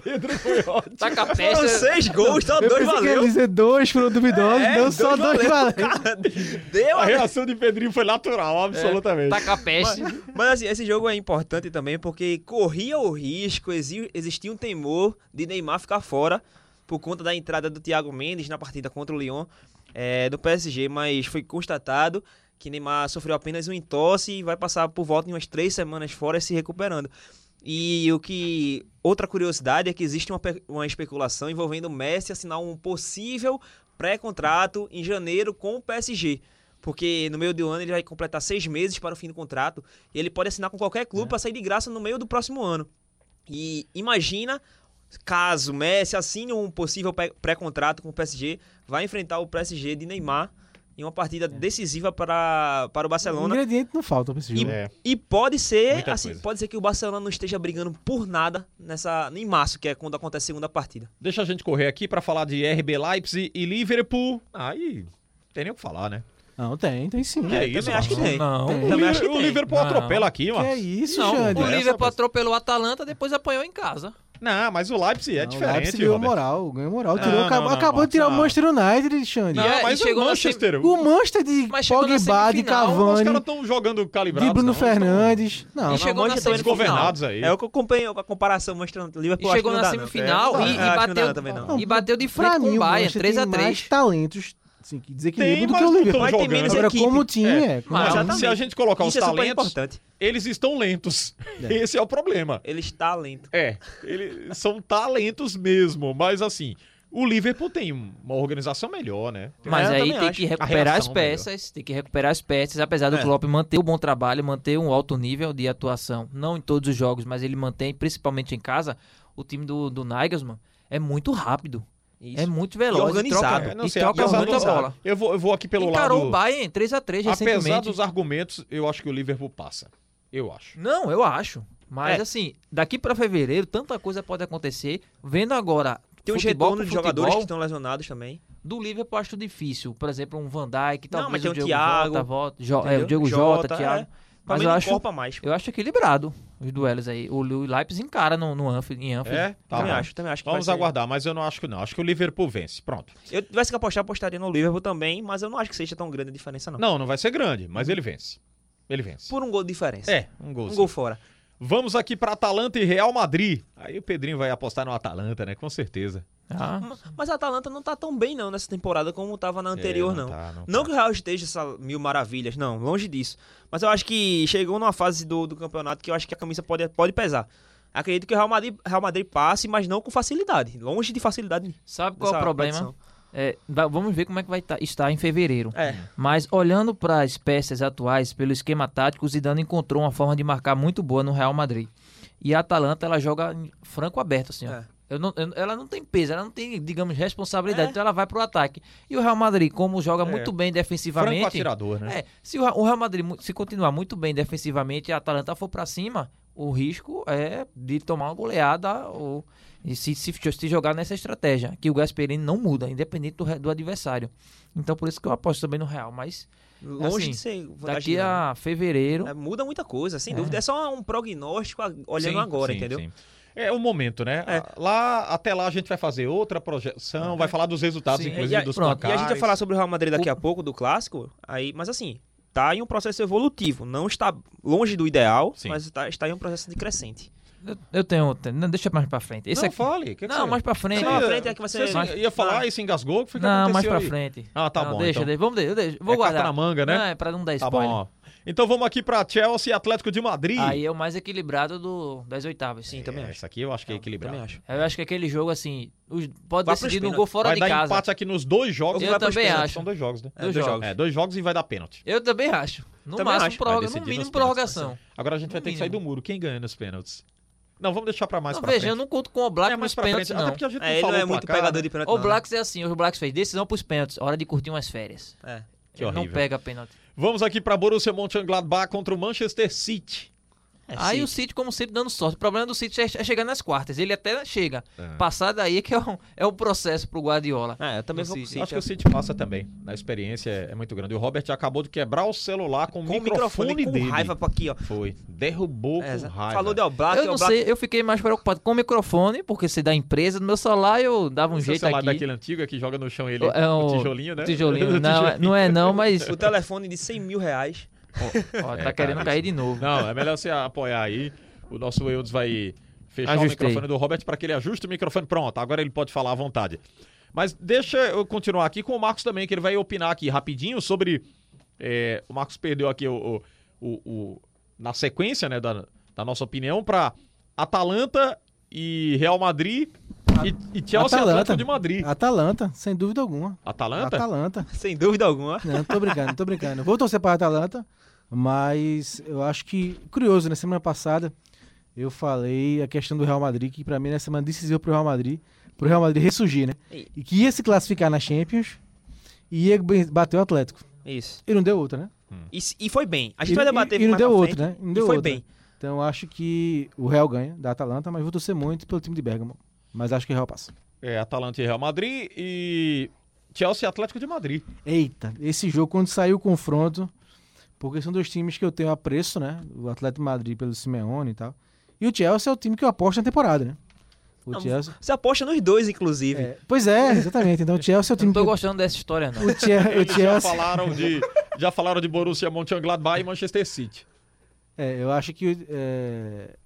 Taca a
Foram
festa.
seis gols, só
Eu
dois
pensei que ia
valeu.
dizer dois foram duvidosos,
É,
deu só dois valeu.
Deu né?
A
a
reação de Pedrinho foi
É.
natural, absolutamente.
Taca a peste.
Mas assim, esse jogo é importante também porque corria o risco, exi- existia um temor de Neymar ficar fora por conta da entrada do Thiago Mendes na partida contra o Lyon eh, do PSG, mas foi constatado que Neymar sofreu apenas um entorse e vai passar por volta de umas três semanas fora se recuperando. E o que outra curiosidade é que existe uma, pe- uma especulação envolvendo o Messi assinar um possível pré-contrato em janeiro com o PSG. Porque no meio do ano ele vai completar seis meses para o fim do contrato e ele pode assinar com qualquer clube para sair de graça no meio do próximo ano. E imagina caso o Messi assine um possível pe- pré-contrato com o PSG, vai enfrentar o PSG de Neymar em uma partida decisiva para, para o Barcelona.
Ingrediente não falta pra esse
E,
jogo.
É.
e pode ser,
Muita
assim,
coisa.
pode ser que o Barcelona não esteja brigando por nada nessa em março, que é quando acontece a segunda partida.
Deixa a gente correr aqui pra falar de RB Leipzig e Liverpool. Aí tem nem o que falar, né?
Não, tem, tem sim.
Que é isso,
também acho que
Marcos?
tem.
Não.
Tem.
O,
Também
Liver-
acho que
o
tem.
Liverpool
Não.
atropela aqui,
Que é
mano.
isso,
Não,
Xande?
o
Essa,
Liverpool
mas-
atropelou o Atalanta, depois apanhou em casa.
Não, mas o Leipzig é
Não, O
diferente,
Leipzig ganhou
Robert.
moral, ganhou moral.
Não,
Tirou,
não,
acabou
não,
acabou de tirar
não.
o Manchester United, Xande.
Não,
E é-
mas
e
o
chegou na
Manchester.
O Manchester de
Mas chegou na
Pogba, de
semifinal,
Os
Cavani,
caras estão jogando calibrados.
de Bruno
não, tão
Fernandes. Não,
e chegou na
Manchester
semifinal.
Desgovernados aí.
É o que eu acompanhei a comparação mostrando o Liverpool.
tá E chegou
acho
na
que não dá,
semifinal
não.
e,
É,
e
acho que não
bateu,
dá também, não.
e bateu de frente
pra
com
mim,
o Bayern,
Manchester tem mais
3x3.
talentos assim, que
Tem,
desequilíbrio do
mas
que o
não estão
Liverpool.
Mas tem
jogando.
menos
Agora,
equipe.
como time,
É,
é. como
mas
time,
Mas se a gente colocar os
Isso é super
talentos,
importante.
eles estão lentos. Esse é o problema.
Ele está lento.
É, eles são talentos mesmo, mas assim, o Liverpool tem uma organização melhor, né?
Mas
Eu
aí
também
tem
acho.
que
A
recuperar as
reação melhor.
peças, tem que recuperar as peças, apesar do
É.
Klopp manter um bom trabalho, manter um alto nível de atuação, não em todos os jogos, mas ele mantém, principalmente em casa, o time do, do Nagelsmann é muito rápido, é muito veloz,
organizado.
e troca,
É, não
e
sei,
troca
apesar
muita
dos-
bola.
Eu vou, eu vou aqui pelo
Encarou
lado.
o Bayern 3x3
apesar
recentemente.
dos argumentos, eu acho que o Liverpool passa. Eu acho.
Não, eu acho. Mas
É.
assim, daqui pra fevereiro, tanta coisa pode acontecer. Vendo agora
um
Tem uns
futebol
retornos de
por futebol,
jogadores que estão lesionados também.
do Liverpool eu acho difícil. Por exemplo, um Van Dijk,
Não,
talvez
mas tem
o
o
Diogo
Thiago,
Jota, volta, Jo- é,
entendeu?
o Diogo Jota,
Jota,
Thiago.
é.
Mas
Também
eu
não
acho,
corpa mais.
eu acho equilibrado os duelos aí. O Lu- o Leipzig encara no, no Anfield, em Anfield.
É, tá.
também
bom.
acho, também acho que
Vamos
vai ser-
aguardar, mas eu não acho que não. Acho que o Liverpool vence. Pronto.
Eu tivesse que apostar, apostaria no Liverpool também, mas eu não acho que seja tão grande a diferença, não.
Não, não vai ser grande, mas ele vence. Ele vence.
Por um gol de diferença.
É, um gol.
Um gol fora.
Vamos aqui pra Atalanta e Real Madrid. Aí o Pedrinho vai apostar no Atalanta, né? Com certeza.
Ah,
Ma- Mas a Atalanta não tá tão bem, não, nessa temporada como tava na anterior,
É,
não.
tá, não
Não
tá.
que o Real esteja essa mil maravilhas, não, longe disso. Mas eu acho que chegou numa fase do, do campeonato que eu acho que a camisa pode, pode pesar. Acredito que o Real Madrid, Real Madrid passe, mas não com facilidade. Longe de facilidade.
sabe qual é
dessa
o problema?
competição.
É, va- vamos ver como é que vai tá- estar em fevereiro.
É.
Mas olhando para as peças atuais, pelo esquema tático, o Zidane encontrou uma forma de marcar muito boa no Real Madrid. E a Atalanta, ela joga em franco aberto, assim, ó.
É.
Eu não- eu- ela não tem peso, ela não tem, digamos, responsabilidade.
É.
Então ela vai pro ataque. E o Real Madrid, como joga muito bem
Franco
defensivamente...
atirador, né?
É, se o Ra- o Real Madrid mu- se continuar muito bem defensivamente e a Atalanta for pra cima, o risco é de tomar uma goleada ou e se, se, se jogar nessa estratégia, que o Gasperini não muda, independente do, re- do adversário. Então por isso que eu aposto também no Real, mas
Longe
Assim,
de ser vantagem,
daqui
não.
né?
a fevereiro,
É, Muda muita coisa, sem dúvida. É só um prognóstico a- olhando
Sim,
agora,
Sim,
entendeu?
sim. É o momento, né?
É.
Lá, até lá a gente vai fazer outra projeção, vai falar dos resultados,
Sim.
inclusive,
É, E a-
dos
pronto, e a
E a
placares.
gente vai falar sobre o Real Madrid daqui a pouco, do clássico. Aí, mas assim, tá em um processo evolutivo. Não está longe do ideal,
Sim.
mas tá- está em um processo decrescente.
eu, eu tenho. Não, deixa mais pra frente. Esse
É. não,
aqui-
fale. que que
não,
você-
mais pra frente.
Você
Não,
ia-
a frente é que vai ser-
você
mais-
ia falar e se engasgou? O que foi que
não, mais
aconteceu
pra
aí?
frente.
Ah, tá
não,
bom,
Deixa,
então.
deixa, vamos, deixa, deixa, vou
É carta
guardar.
na manga, né?
Não, é pra não dar
Tá
spoiler.
bom. ó. Então vamos aqui pra Chelsea e Atlético de Madrid.
Aí é o mais equilibrado do, das oitavas.
Sim, também
É,
acho.
Essa aqui eu acho que é equilibrado.
Também acho.
Eu acho que aquele jogo, assim, os- pode
Vai pros
decidir num
pênaltis.
gol fora
vai
de
dar
casa.
empate aqui nos dois jogos.
Eu
vai pros
também
pênaltis.
acho.
São dois jogos, né?
É, dois jogos.
É, dois jogos e vai dar pênalti.
Eu também acho. No
Também
máximo,
acho.
prorroga,
Vai
no
decidir nos
mínimo,
pênaltis, assim,
prorrogação.
Agora a gente vai
No
ter que sair do
mínimo.
muro. Quem ganha nos pênaltis? Não, vamos deixar pra mais
não,
pra
veja, eu
frente.
não conto com o Black
é mais
nos
pra
pênaltis,
frente.
não.
Até porque a gente não
É, ele não
falou
é
o
muito
placar,
pegador
né?
de pênalti.
O
não,
Blacks é assim, os Blacks fez decisão pros pênaltis, hora de curtir umas férias.
né?
Que
Ele não
horrível.
pega pênalti.
Vamos aqui pra Borussia Mönchengladbach contra o Manchester City.
É. É,
Aí
sim.
o City, como sempre, dando sorte. O problema do City é é chegar nas quartas. Ele até chega. Passar daí que é um, é um processo pro Guardiola.
É, eu também
do
vou com o
City.
City.
Acho que o City passa também. A experiência é é muito grande. E o Robert acabou de quebrar o celular com,
Com
o microfone,
com
dele.
raiva pra aqui, ó.
Foi. Derrubou
É,
com
exa-
raiva.
falou de
Ah,
Oblak,
eu não
Oblak-
sei, eu fiquei mais preocupado com o microfone, porque se da empresa, no meu celular eu dava um
Esse é o
jeito
celular
aqui.
daquele antigo é que joga no chão ele.
É
o
um-
tijolinho, né?
Tijolinho,
O
não, é- não é não, mas
O telefone de 100 mil reais.
ó,
É,
tá querendo
cara,
cair de novo.
Não, é melhor você apoiar aí. O nosso Eudes vai fechar
Ajustei.
o microfone do Robert para que ele ajuste o microfone. Pronto, agora ele pode falar à vontade. Mas deixa eu continuar aqui com o Marcos também, que ele vai opinar aqui rapidinho sobre. é, o Marcos perdeu aqui o, o- o- o- na sequência né, da, da nossa opinião para Atalanta e Real Madrid e, e Chelsea e Atlético de Madrid.
Ah. Atalanta, sem dúvida alguma.
Atalanta?
Atalanta.
Sem dúvida alguma.
Não, tô brincando, tô brincando. Vou torcer para a Atalanta, mas eu acho que, curioso, na semana passada eu falei a questão do Real Madrid, que pra mim na semana decisiva pro Real Madrid, pro Real Madrid ressurgir, né? E que ia se classificar na Champions e ia ben- bater o Atlético.
Isso.
E não deu outra, né?
E, se- e foi bem. A gente
E-
vai debater
e, e não
mais
deu
pra
outro,
frente.
né? Não deu
e foi
outro,
bem.
né? Então eu acho que o Real ganha da Atalanta, mas vou torcer muito pelo time de Bergamo. Mas acho que o Real passa.
É, Atalanta e Real Madrid e Chelsea e Atlético de Madrid.
Eita, esse jogo, quando saiu o confronto, porque são dois times que eu tenho apreço, né? O Atlético de Madrid pelo Simeone e tal. E o Chelsea é o time que eu aposto na temporada, né? O
Não,
Chelsea.
Você aposta nos dois, inclusive.
É, pois é, exatamente. Então o Chelsea é o
Eu não
time que.
tô gostando dessa história, não.
O Chelsea. O
Eles já
Chelsea
falaram de já falaram de Borussia Mönchengladbach e Manchester City.
é, eu acho que. É,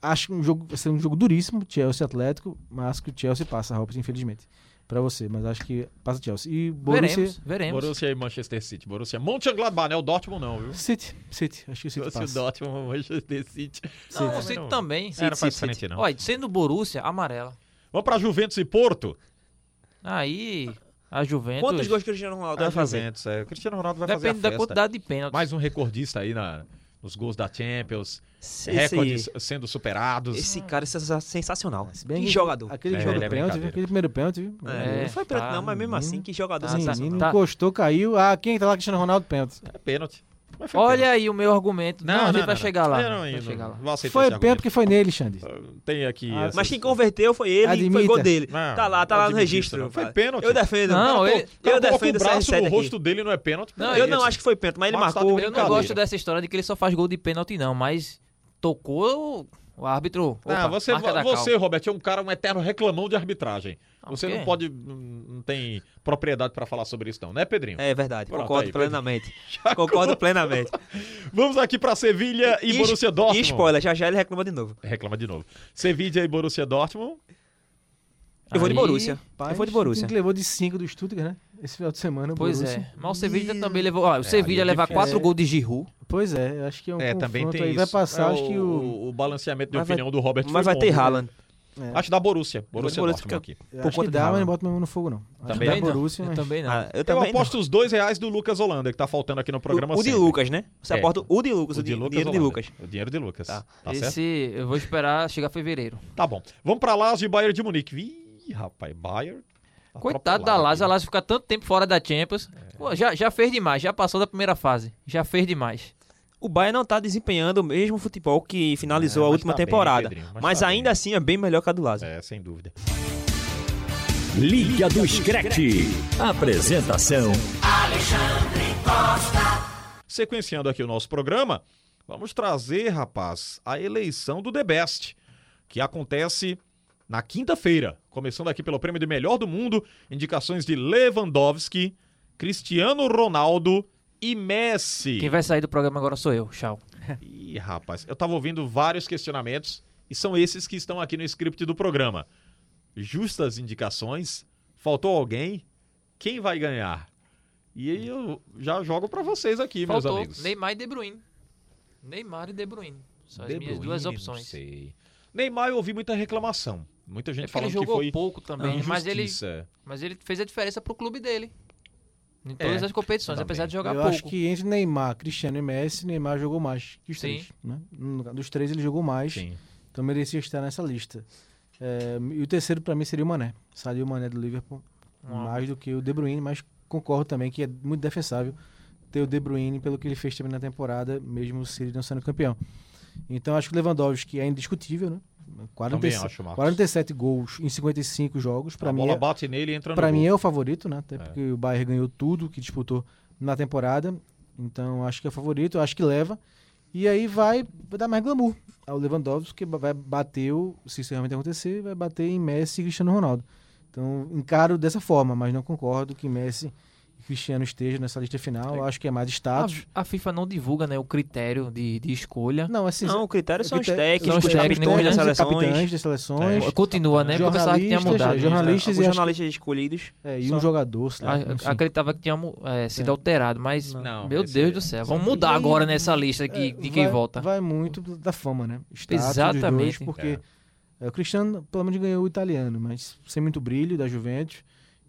acho que um jogo, vai ser um jogo duríssimo, Chelsea e Atlético, mas que o Chelsea passa, Robson, infelizmente. Pra você, mas acho que passa o Chelsea. E Borussia.
Veremos, veremos.
Borussia e Manchester City. Borussia Mönchengladbach, né? O Dortmund não, viu?
City, City. Acho que o City
Borussia
passa.
Dortmund, Manchester City.
Não, o City também.
É, não faz
City,
frente, não.
Olha, sendo Borussia, amarela.
Vamos pra Juventus e Porto?
Aí, a Juventus...
Quantos gols que o Cristiano Ronaldo vai
A
fazer?
Juventus, é. O Cristiano Ronaldo vai fazer a
Depende da
festa.
quantidade de pênaltis.
Mais um recordista aí na, nos gols da Champions.
Esse-
recordes sendo superados.
Esse cara é sensa- sensacional.
Se bem
que jogador.
Aquele
É,
jogo
ele é
do pênalti, viu?
brincadeira.
Aquele primeiro pênalti, viu?
É,
É,
não foi pênalti,
tá,
não, mas mesmo assim, que jogador
tá, tá,
sensacional.
Menino
tá.
encostou, caiu. Ah, quem tá lá, Cristiano Ronaldo, pênalti.
É pênalti. Mas foi
Olha
pênalti.
aí o meu argumento. Não, a gente vai chegar lá.
Eu não,
vai
eu
chegar lá.
não vou aceitar
Foi
esse
pênalti que foi nele, Xande.
argumento. Tem aqui.
Ah,
essas-
Mas quem converteu foi ele e foi
Admita.
gol dele.
Não,
tá lá, tá lá no
admite
registro.
isso, não. Foi
cara.
pênalti.
Eu defendo.
Não,
Cara,
ele-
pô,
O cara
eu
colocou
defendo
o
o
braço
CR7
no
aqui.
rosto dele não é pênalti.
Não,
cara.
eu
ele-
não acho que foi pênalti, mas ele
Marcos tá
marcou.
de
Eu não
brincadeira.
gosto dessa história de que ele só faz gol de pênalti, não, mas tocou o árbitro.
Ah,
Opa,
você,
marca da
você
cal.
Robert, é um cara, um eterno reclamão de arbitragem.
Ah,
você
o quê?
não pode, não não tem propriedade pra falar sobre isso não, né, Pedrinho?
É verdade,
Pronto,
concordo
aí,
plenamente. Concordo plenamente.
Vamos aqui pra Sevilha e, Borussia Dortmund.
E spoiler, já já ele reclama de novo.
Reclama de novo. Sevilha e Borussia Dortmund.
Eu vou de
Aí,
Borussia. eu vou de Borussia.
Que levou de 5 do Stuttgart, né? Esse final de semana. o
Pois
Borussia.
é. Mas o Sevilla
E-
também levou. Ó, o Sevilla
aí é
levar
difícil.
quatro
É.
gols de Giroud.
Pois é, acho que é um
É, também
confronto
tem isso.
aí. Vai passar,
É,
acho que o...
o balanceamento de
Mas vai-
opinião do Robert né?
Mas
foi
vai
bom.
ter Haaland.
é,
Acho da Borussia. Borussia,
Borussia
Dortmund aqui.
eu
por
acho
conta do
que dá, mas
Haaland.
não bota mesmo no fogo, não. Acho
Também
que dá
não.
Borussia,
Eu
mas...
também não.
Ah, eu
Eu
também não.
aposto os dois reais do Lucas Holanda, que tá faltando aqui no programa
o, o de
sempre.
Lucas, né? Você
É.
aposta o de Lucas,
O de Lucas
dinheiro de
Holanda.
Lucas.
O dinheiro de Lucas. Tá,
Tá.
certo?
Esse eu vou esperar chegar fevereiro.
Tá bom. Vamos pra Lazio e Bayern de Munique. Ih, rapaz, Bayern. tá
Coitado da
atropelado É.
Lazio, a
aqui.
Lazio fica tanto tempo fora da Champions. Pô, já, já fez demais, já passou da primeira fase. Já fez demais.
O Bayern não tá desempenhando o mesmo futebol que finalizou
É,
a
mas
última
tá bem,
temporada.
Pedrinho, mas
mas
tá
ainda
bem.
assim é bem melhor que a do Lazio.
É, sem dúvida.
Liga do Screte. Apresentação.
Sequenciando aqui o nosso programa, vamos trazer, rapaz, a eleição do The Best, que acontece na quinta-feira. Começando aqui pelo prêmio de melhor do mundo, indicações de Lewandowski, Cristiano Ronaldo e Messi.
Quem vai sair do programa agora sou eu, tchau.
Ih, rapaz, eu tava ouvindo vários questionamentos e são esses que estão aqui no script do programa. Justas indicações, faltou alguém, quem vai ganhar? E aí eu já jogo pra vocês aqui, meus
Faltou
amigos.
Neymar e De Bruyne. Neymar e De Bruyne. São as
De
minhas
Bruyne,
duas
não
opções. É
sei. Neymar eu ouvi muita reclamação. Muita gente
porque
falando
ele jogou
que foi Ah,
pouco também, mas ele,
injustiça.
mas ele fez a diferença pro clube dele. Em todas
É,
as competições,
também.
apesar de jogar
eu
pouco.
acho que entre Neymar, Cristiano e Messi, Neymar jogou mais que os
Sim.
três. Né? No- Dos três ele jogou mais,
Sim.
então merecia estar nessa lista. É, e o terceiro pra mim seria o Mané. Saiu o Mané do Liverpool
Um
Ó.
mais do que o De Bruyne, mas concordo também que é muito defensável ter o De Bruyne pelo que ele fez também na temporada, mesmo se ele não sendo campeão. Então acho que o Lewandowski é indiscutível, né? 47,
acho, Marcos.
47 gols em 55 jogos, pra
a
mim
bola
é-
bate nele e entra
Pra
no
mim
gol.
é o favorito, né? Até porque o Bayern ganhou tudo que disputou na temporada. Então acho que é o favorito, acho que leva. E aí vai dar mais glamour ao Lewandowski, que vai bater, o- se isso realmente acontecer, vai bater em Messi e Cristiano Ronaldo. Então encaro dessa forma, mas não concordo que Messi e Cristiano estejam nessa lista final. Eu Acho que é mais status.
A, a FIFA não divulga né, o critério de, de escolha.
Não, assim,
Ah, Não, o critério são os técnicos,
são
os
os técnicos,
capitães das
né?
capitães
seleções,
das seleções,
Continua, né? Porque eu pensava que tinha
Jornalistas,
mudado.
jornalistas.
os
e acho
jornalistas escolhidos.
é, e
Só-
um jogador, sei lá,
Ah,
enfim.
Acreditava que tinha mu- é, sido alterado, mas.
Não,
meu
esse-
é
Deus do céu. Vamos
um
mudar agora nessa lista de, de quem
É, vai,
volta.
Vai muito da fama, né? Status dos
Exatamente.
dois, porque é, o Cristiano, pelo menos, ganhou o italiano, mas sem muito brilho da Juventus.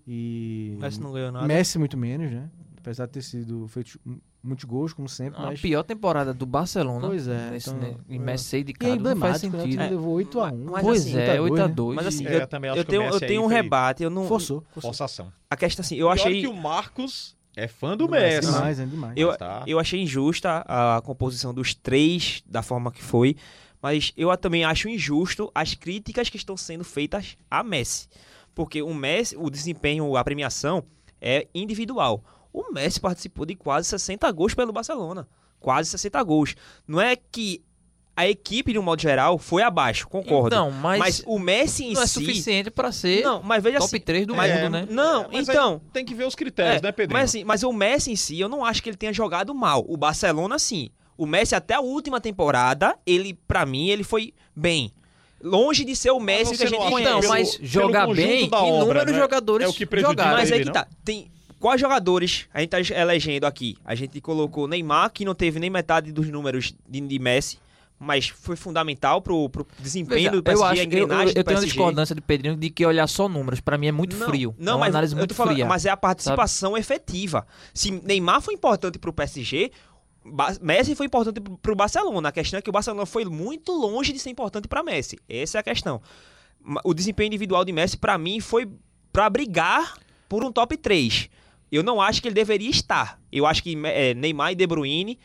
E
Mas não ganhou nada.
Messi, muito menos, né? Apesar de ter sido feito mu- muitos gols, como sempre.
A
mas...
É pior temporada do Barcelona.
Pois é,
Esse,
então,
né, e
é.
Messi sair de
E é
cara. Não faz
emblemático, né? O
sentido.
time levou 8 a 1
É, Mas
pois
assim,
é, 8
8
a
né?
2
Mas assim,
É,
eu,
também acho
eu
que o
tenho,
Messi
eu
aí
tenho um
foi
rebate. Eu não,
Forçou.
Forçação.
a questão assim, eu
E olha
achei,
que o Marcos é fã do Messi.
Demais, né? Demais.
eu,
Mas tá.
eu achei injusta a composição dos três da forma que foi, mas eu a- também acho injusto as críticas que estão sendo feitas a Messi, porque o Messi, o desempenho, a premiação é individual. O Messi participou de quase 60 gols pelo Barcelona, quase 60 gols. Não é que a equipe de um modo geral foi abaixo, concordo.
Então, mas,
mas o Messi em
não é
si
suficiente pra ser
Não, mas veja
top
assim,
3 do
mas-
mundo, né?
Não,
É, Mas aí
então,
Tem que ver os critérios,
é,
né, Pedrinho?
Mas, assim, mas o Messi em si, eu não acho que ele tenha jogado mal. O Barcelona, sim. O Messi, até a última temporada, ele, pra mim, ele foi bem. Longe de ser o Messi que
você
a gente
não acha
conhece.
Então,
pelo-
mas
pelo
jogar
conjunto
bem,
da obra,
inúmeros
né?
jogadores
É o que prejudica
jogaram.
Mas
ele,
é que
não?
tá. Tem quais jogadores a gente tá elegendo aqui? A gente colocou Neymar, que não teve nem metade dos números de, de Messi, mas foi fundamental pro, pro desempenho
Veja,
do PSG,
eu acho
a
que eu, eu,
engrenagem
eu
do
tenho uma
PSG.
discordância de Pedrinho de que olhar só números, pra mim é muito frio. é uma
mas
análise
eu
muito
tô falando-
fria.
Mas é a participação efetiva. Se Neymar foi importante pro PSG, Ba- Messi foi importante pro- pro Barcelona. A questão é que o Barcelona foi muito longe de ser importante pra Messi. Essa é a questão. Ma- O desempenho individual de Messi pra mim foi pra brigar por um top 3. Eu não acho que ele deveria estar. Eu acho que eh, Neymar e De Bruyne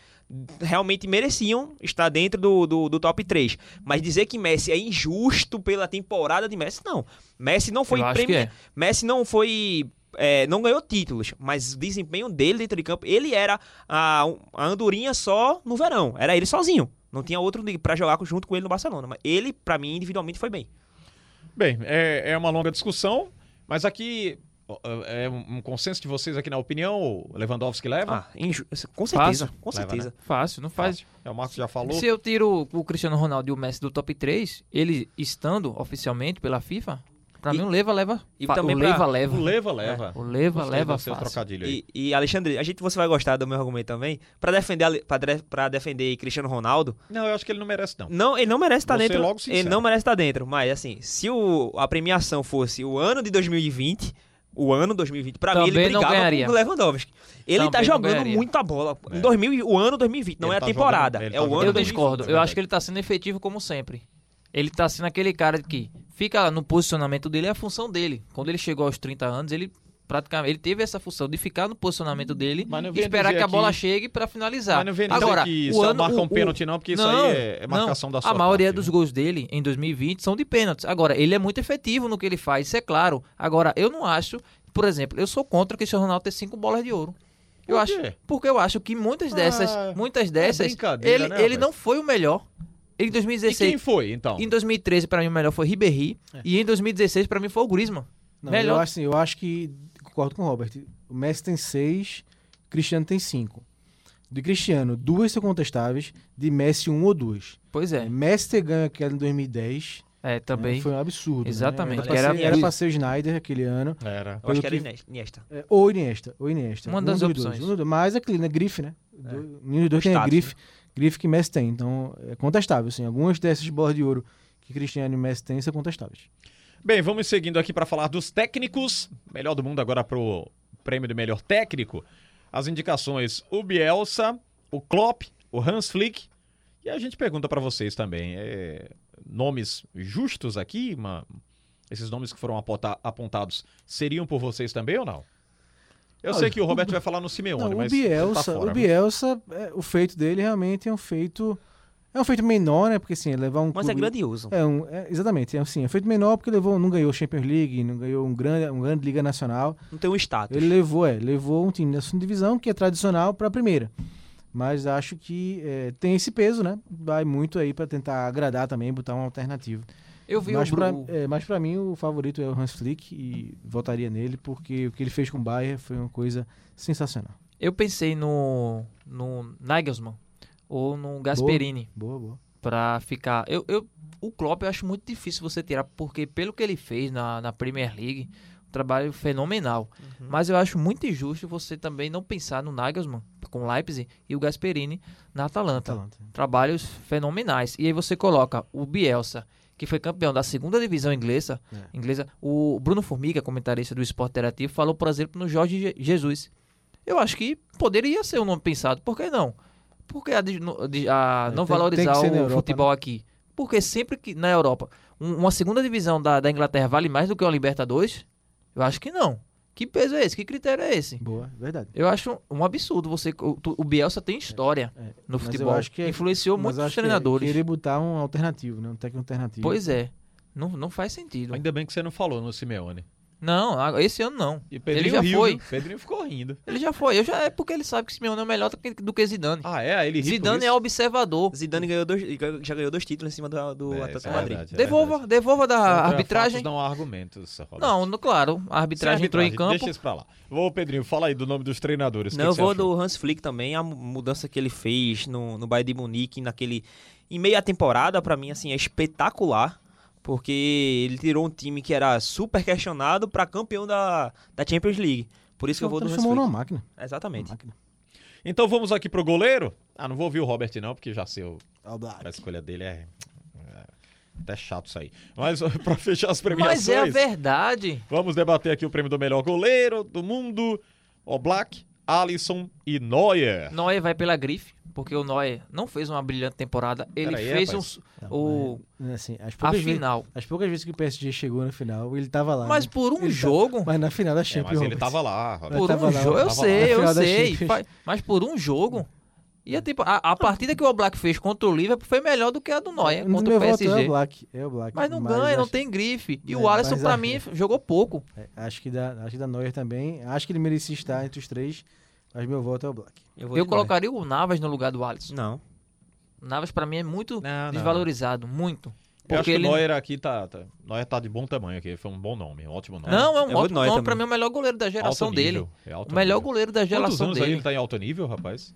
realmente mereciam estar dentro do, do, do top 3. Mas dizer que Messi é injusto pela temporada de Messi, não. Messi não foi
Eu acho
premi-
que é.
Messi não foi. é, não ganhou títulos, mas o desempenho dele dentro de campo, ele era a, um, a andorinha só no verão. Era ele sozinho. Não tinha outro de- pra jogar junto com ele no Barcelona. Mas ele, pra mim, individualmente, foi bem.
Bem, é, é uma longa discussão, mas aqui ó, é um um consenso de vocês aqui na opinião, o Lewandowski leva?
Ah, inju- com certeza.
Fácil.
Com
Leva, né?
certeza.
Fácil, não faz.
É, o Marcos já falou.
Se eu tiro o Cristiano Ronaldo e o Messi do top 3, ele estando oficialmente pela FIFA, Pra
E-
mim, o Leva leva.
e
fa-
também
o
pra-
Leva leva.
O Leva leva.
É, O Leva
Gostei
leva
do seu
fácil.
trocadilho aí.
E, e, Alexandre, a gente você vai gostar do meu argumento também. Pra defender Ale- pra dre- pra defender Cristiano Ronaldo,
Não, eu acho que ele não merece, não.
não, ele não merece estar
Vou ser
dentro.
logo
ele
sincero.
não merece estar dentro, mas assim, se o- a premiação fosse o ano de 2020, o ano 2020 pra mim ele
Também não
brigava
ganharia.
com o Lewandowski. Ele tá
Também não
jogando
ganharia.
muita bola. Em
É.
2000, o ano 2020, não
Ele
é a
tá
temporada,
jogando- ele
é
tá
o ano
jogando
Eu
2020.
discordo. Eu
verdade.
acho que ele tá sendo efetivo como sempre. Ele tá sendo aquele cara que fica no posicionamento dele, é a função dele. Quando ele chegou aos 30 anos, ele praticamente ele teve essa função de ficar no posicionamento dele
Hum, Mas não
e
venha
esperar
dizer
que a bola
aqui-
chegue pra finalizar.
Mas não vem dizer
Agora,
que
o
só
ano,
marcam
o- o-
pênalti, não, porque isso aí é- é marcação da sua
A maioria
parte,
dos
né?
gols dele em 2020 são de pênaltis. Agora, ele é muito efetivo no que ele faz, isso é claro. Agora, eu não acho, por exemplo, eu sou contra o Cristiano Ronaldo ter cinco bolas de ouro. Eu
Por
acho,
quê?
porque eu acho que muitas dessas,
Ah,
muitas dessas,
brincadeira,
ele,
né,
ele
rapaz?
não foi o melhor. Ele em
E quem
2016,
foi, então?
em 2013 para mim o melhor foi Ribéry e em 2016 para mim foi o Griezmann.
Não,
Melhor.
Eu, acho, assim, eu acho que, concordo com o Robert, o Messi tem seis, Cristiano tem cinco. De Cristiano, duas são contestáveis, de Messi, um ou duas.
Pois é,
Messi ter ganho aquela em 2010
é
né,
também.
foi um absurdo. né?
Exatamente,
Era, pra
era-
ser, era pra ser o Schneider aquele ano,
Era.
Eu acho que era Iniesta.
é, ou Iniesta, ou Iniesta.
Uma
um
das
dos
opções.
Dois, um dos dois, mas aquele, né, grife, né? Do- Nenhum dos dois tem a
status,
grife, grife que Messi tem, então é contestável. Assim, algumas dessas bolas de ouro que Cristiano e Messi têm são contestáveis.
Bem, vamos seguindo aqui para falar dos técnicos. Melhor do mundo agora pro prêmio do melhor técnico. As indicações: o Bielsa, o Klopp, o Hans Flick. E a gente pergunta para vocês também, é, nomes justos aqui, uma- esses nomes que foram apota- apontados seriam por vocês também ou não? Eu
Olha,
sei que o Roberto
o-
vai falar no Simeone,
Não,
um mas
o Bielsa,
tá fora,
o
viu?
Bielsa, é, o feito dele realmente é um feito é um feito menor, né? Porque assim, levar um
Mas é
clube-
grandioso.
é um, é, exatamente, é assim, é um feito menor porque levou, não ganhou Champions League, não ganhou um grande, um grande liga nacional.
Não tem um status.
Ele levou, é, levou um time da segunda divisão que é tradicional para a primeira. Mas acho que é, tem esse peso, né? Vai muito aí para tentar agradar também, botar uma alternativa.
Eu vi
Mas
o,
pra,
o-
é, mas pra mim o favorito é o Hans Flick e votaria nele porque o que ele fez com o Bayern foi uma coisa sensacional.
eu pensei no no Nagelsmann ou no Gasperini.
Boa, boa.
Pra ficar. Eu, eu, o Klopp eu acho muito difícil você tirar, porque pelo que ele fez na, na Premier League, um trabalho fenomenal. Mas eu acho muito injusto você também não pensar no Nagelsmann com o Leipzig e o Gasperini na Atalanta.
Atalanta.
Trabalhos fenomenais. E aí você coloca o Bielsa, que foi campeão da segunda divisão inglesa.
É.
inglesa o Bruno Formiga, comentarista do Esporte Interativo, falou, por exemplo, no Jorge Je- Jesus. Eu acho que poderia ser um nome pensado, por que não? Por que a, de- no- de- a
É,
não
tem-
valorizar
tem que ser
o
na Europa, né?
futebol aqui? Porque sempre que na Europa, um- uma segunda divisão da, da Inglaterra vale mais do que uma Libertadores? Eu acho que não. Que peso é esse? Que critério é esse?
Boa, verdade.
Eu acho um absurdo você. O, tu- o Bielsa tem história
É,
no
mas eu
futebol.
acho que é-
Influenciou
Mas
muitos
acho que é
treinadores.
Querer botar um alternativo, né? Um técnico alternativo.
Pois é. Não, não faz sentido.
Ainda bem que você não falou no Simeone.
Não, a- esse ano não.
E
Ele já
riu,
foi.
viu? Pedrinho ficou rindo.
Ele já foi. Eu já é porque ele sabe que Simeone é o melhor do que- do que Zidane.
Ah, é? Ele riu.
Zidane é observador.
Zidane ganhou dois, já ganhou dois títulos em cima do, do
É,
Atlético Madrid.
é
devolva, devolva
Então,
um
da arbitragem.
Não há argumentos. Roberto.
Não, no- claro, a
Sem
arbitragem entrou em
arbitragem,
campo.
Deixa isso pra lá. Ô, Pedrinho, fala aí do nome dos treinadores. o que
Não, eu
que você
vou
achou?
do Hans Flick também, a mu- mudança que ele fez no, no Bayern de Munique, naquele... Em meia temporada, pra mim, assim, é espetacular, porque ele tirou um time que era super questionado pra campeão da, da Champions League. Por isso que eu vou do Hans
Então, Transformou numa
Flick.
máquina. Uma
Exatamente.
máquina.
Então vamos aqui pro goleiro? Ah, não vou ouvir o Robert não, porque já sei o- a escolha dele é... é até chato isso aí. Mas pra fechar as premiações,
Mas é a verdade.
vamos debater aqui o prêmio do melhor goleiro do mundo. Oblak, Alisson e
É.
Neuer. É,
Neuer vai pela grife, porque o Neuer não fez uma brilhante temporada. Ele
Peraí,
fez um,
rapaz.
Não,
o,
mas, assim, as
a
poucas vezes-
final.
as poucas vezes que o PSG chegou na final, ele tava lá.
Mas
né?
por um
Ele tá-
jogo.
Mas na final da
É,
Champions.
mas ele
Robert.
tava lá, Robert.
Por
tava
um
lá,
jogo, eu
tava lá.
sei,
Na
eu
final da
sei.
Champions.
Fa- Mas por um jogo. E é tipo, a, a partida que o Oblak fez contra o Liverpool foi melhor do que a do Neuer
No
contra o
meu voto é o
PSG.
Black. É o Black.
Mas não ganha, não
acho-
tem grife. E
É,
o Alisson,
mas
pra
a-
mim, jogou pouco.
é, Acho que, da, acho que da Neuer também. Acho que ele merecia estar entre os três. Mas meu voto é o Black.
vou
Eu
de Neuer.
colocaria o Navas no lugar do Alisson.
Não.
O Navas, pra mim, é muito
Não, não.
desvalorizado. Muito.
Eu acho que
Porque ele.
o Neuer aqui tá, tá... Neuer tá de bom tamanho aqui, foi um bom nome, um ótimo nome.
Não, é
Eu
um
vou de
ótimo
Neuer
nome. Pra mim,
também.
é o melhor goleiro da geração
Alto
dele.
nível, é alto
O melhor
nível.
goleiro da
Quantos
geração
anos tá aí
dele.
ele tá em alto nível, rapaz?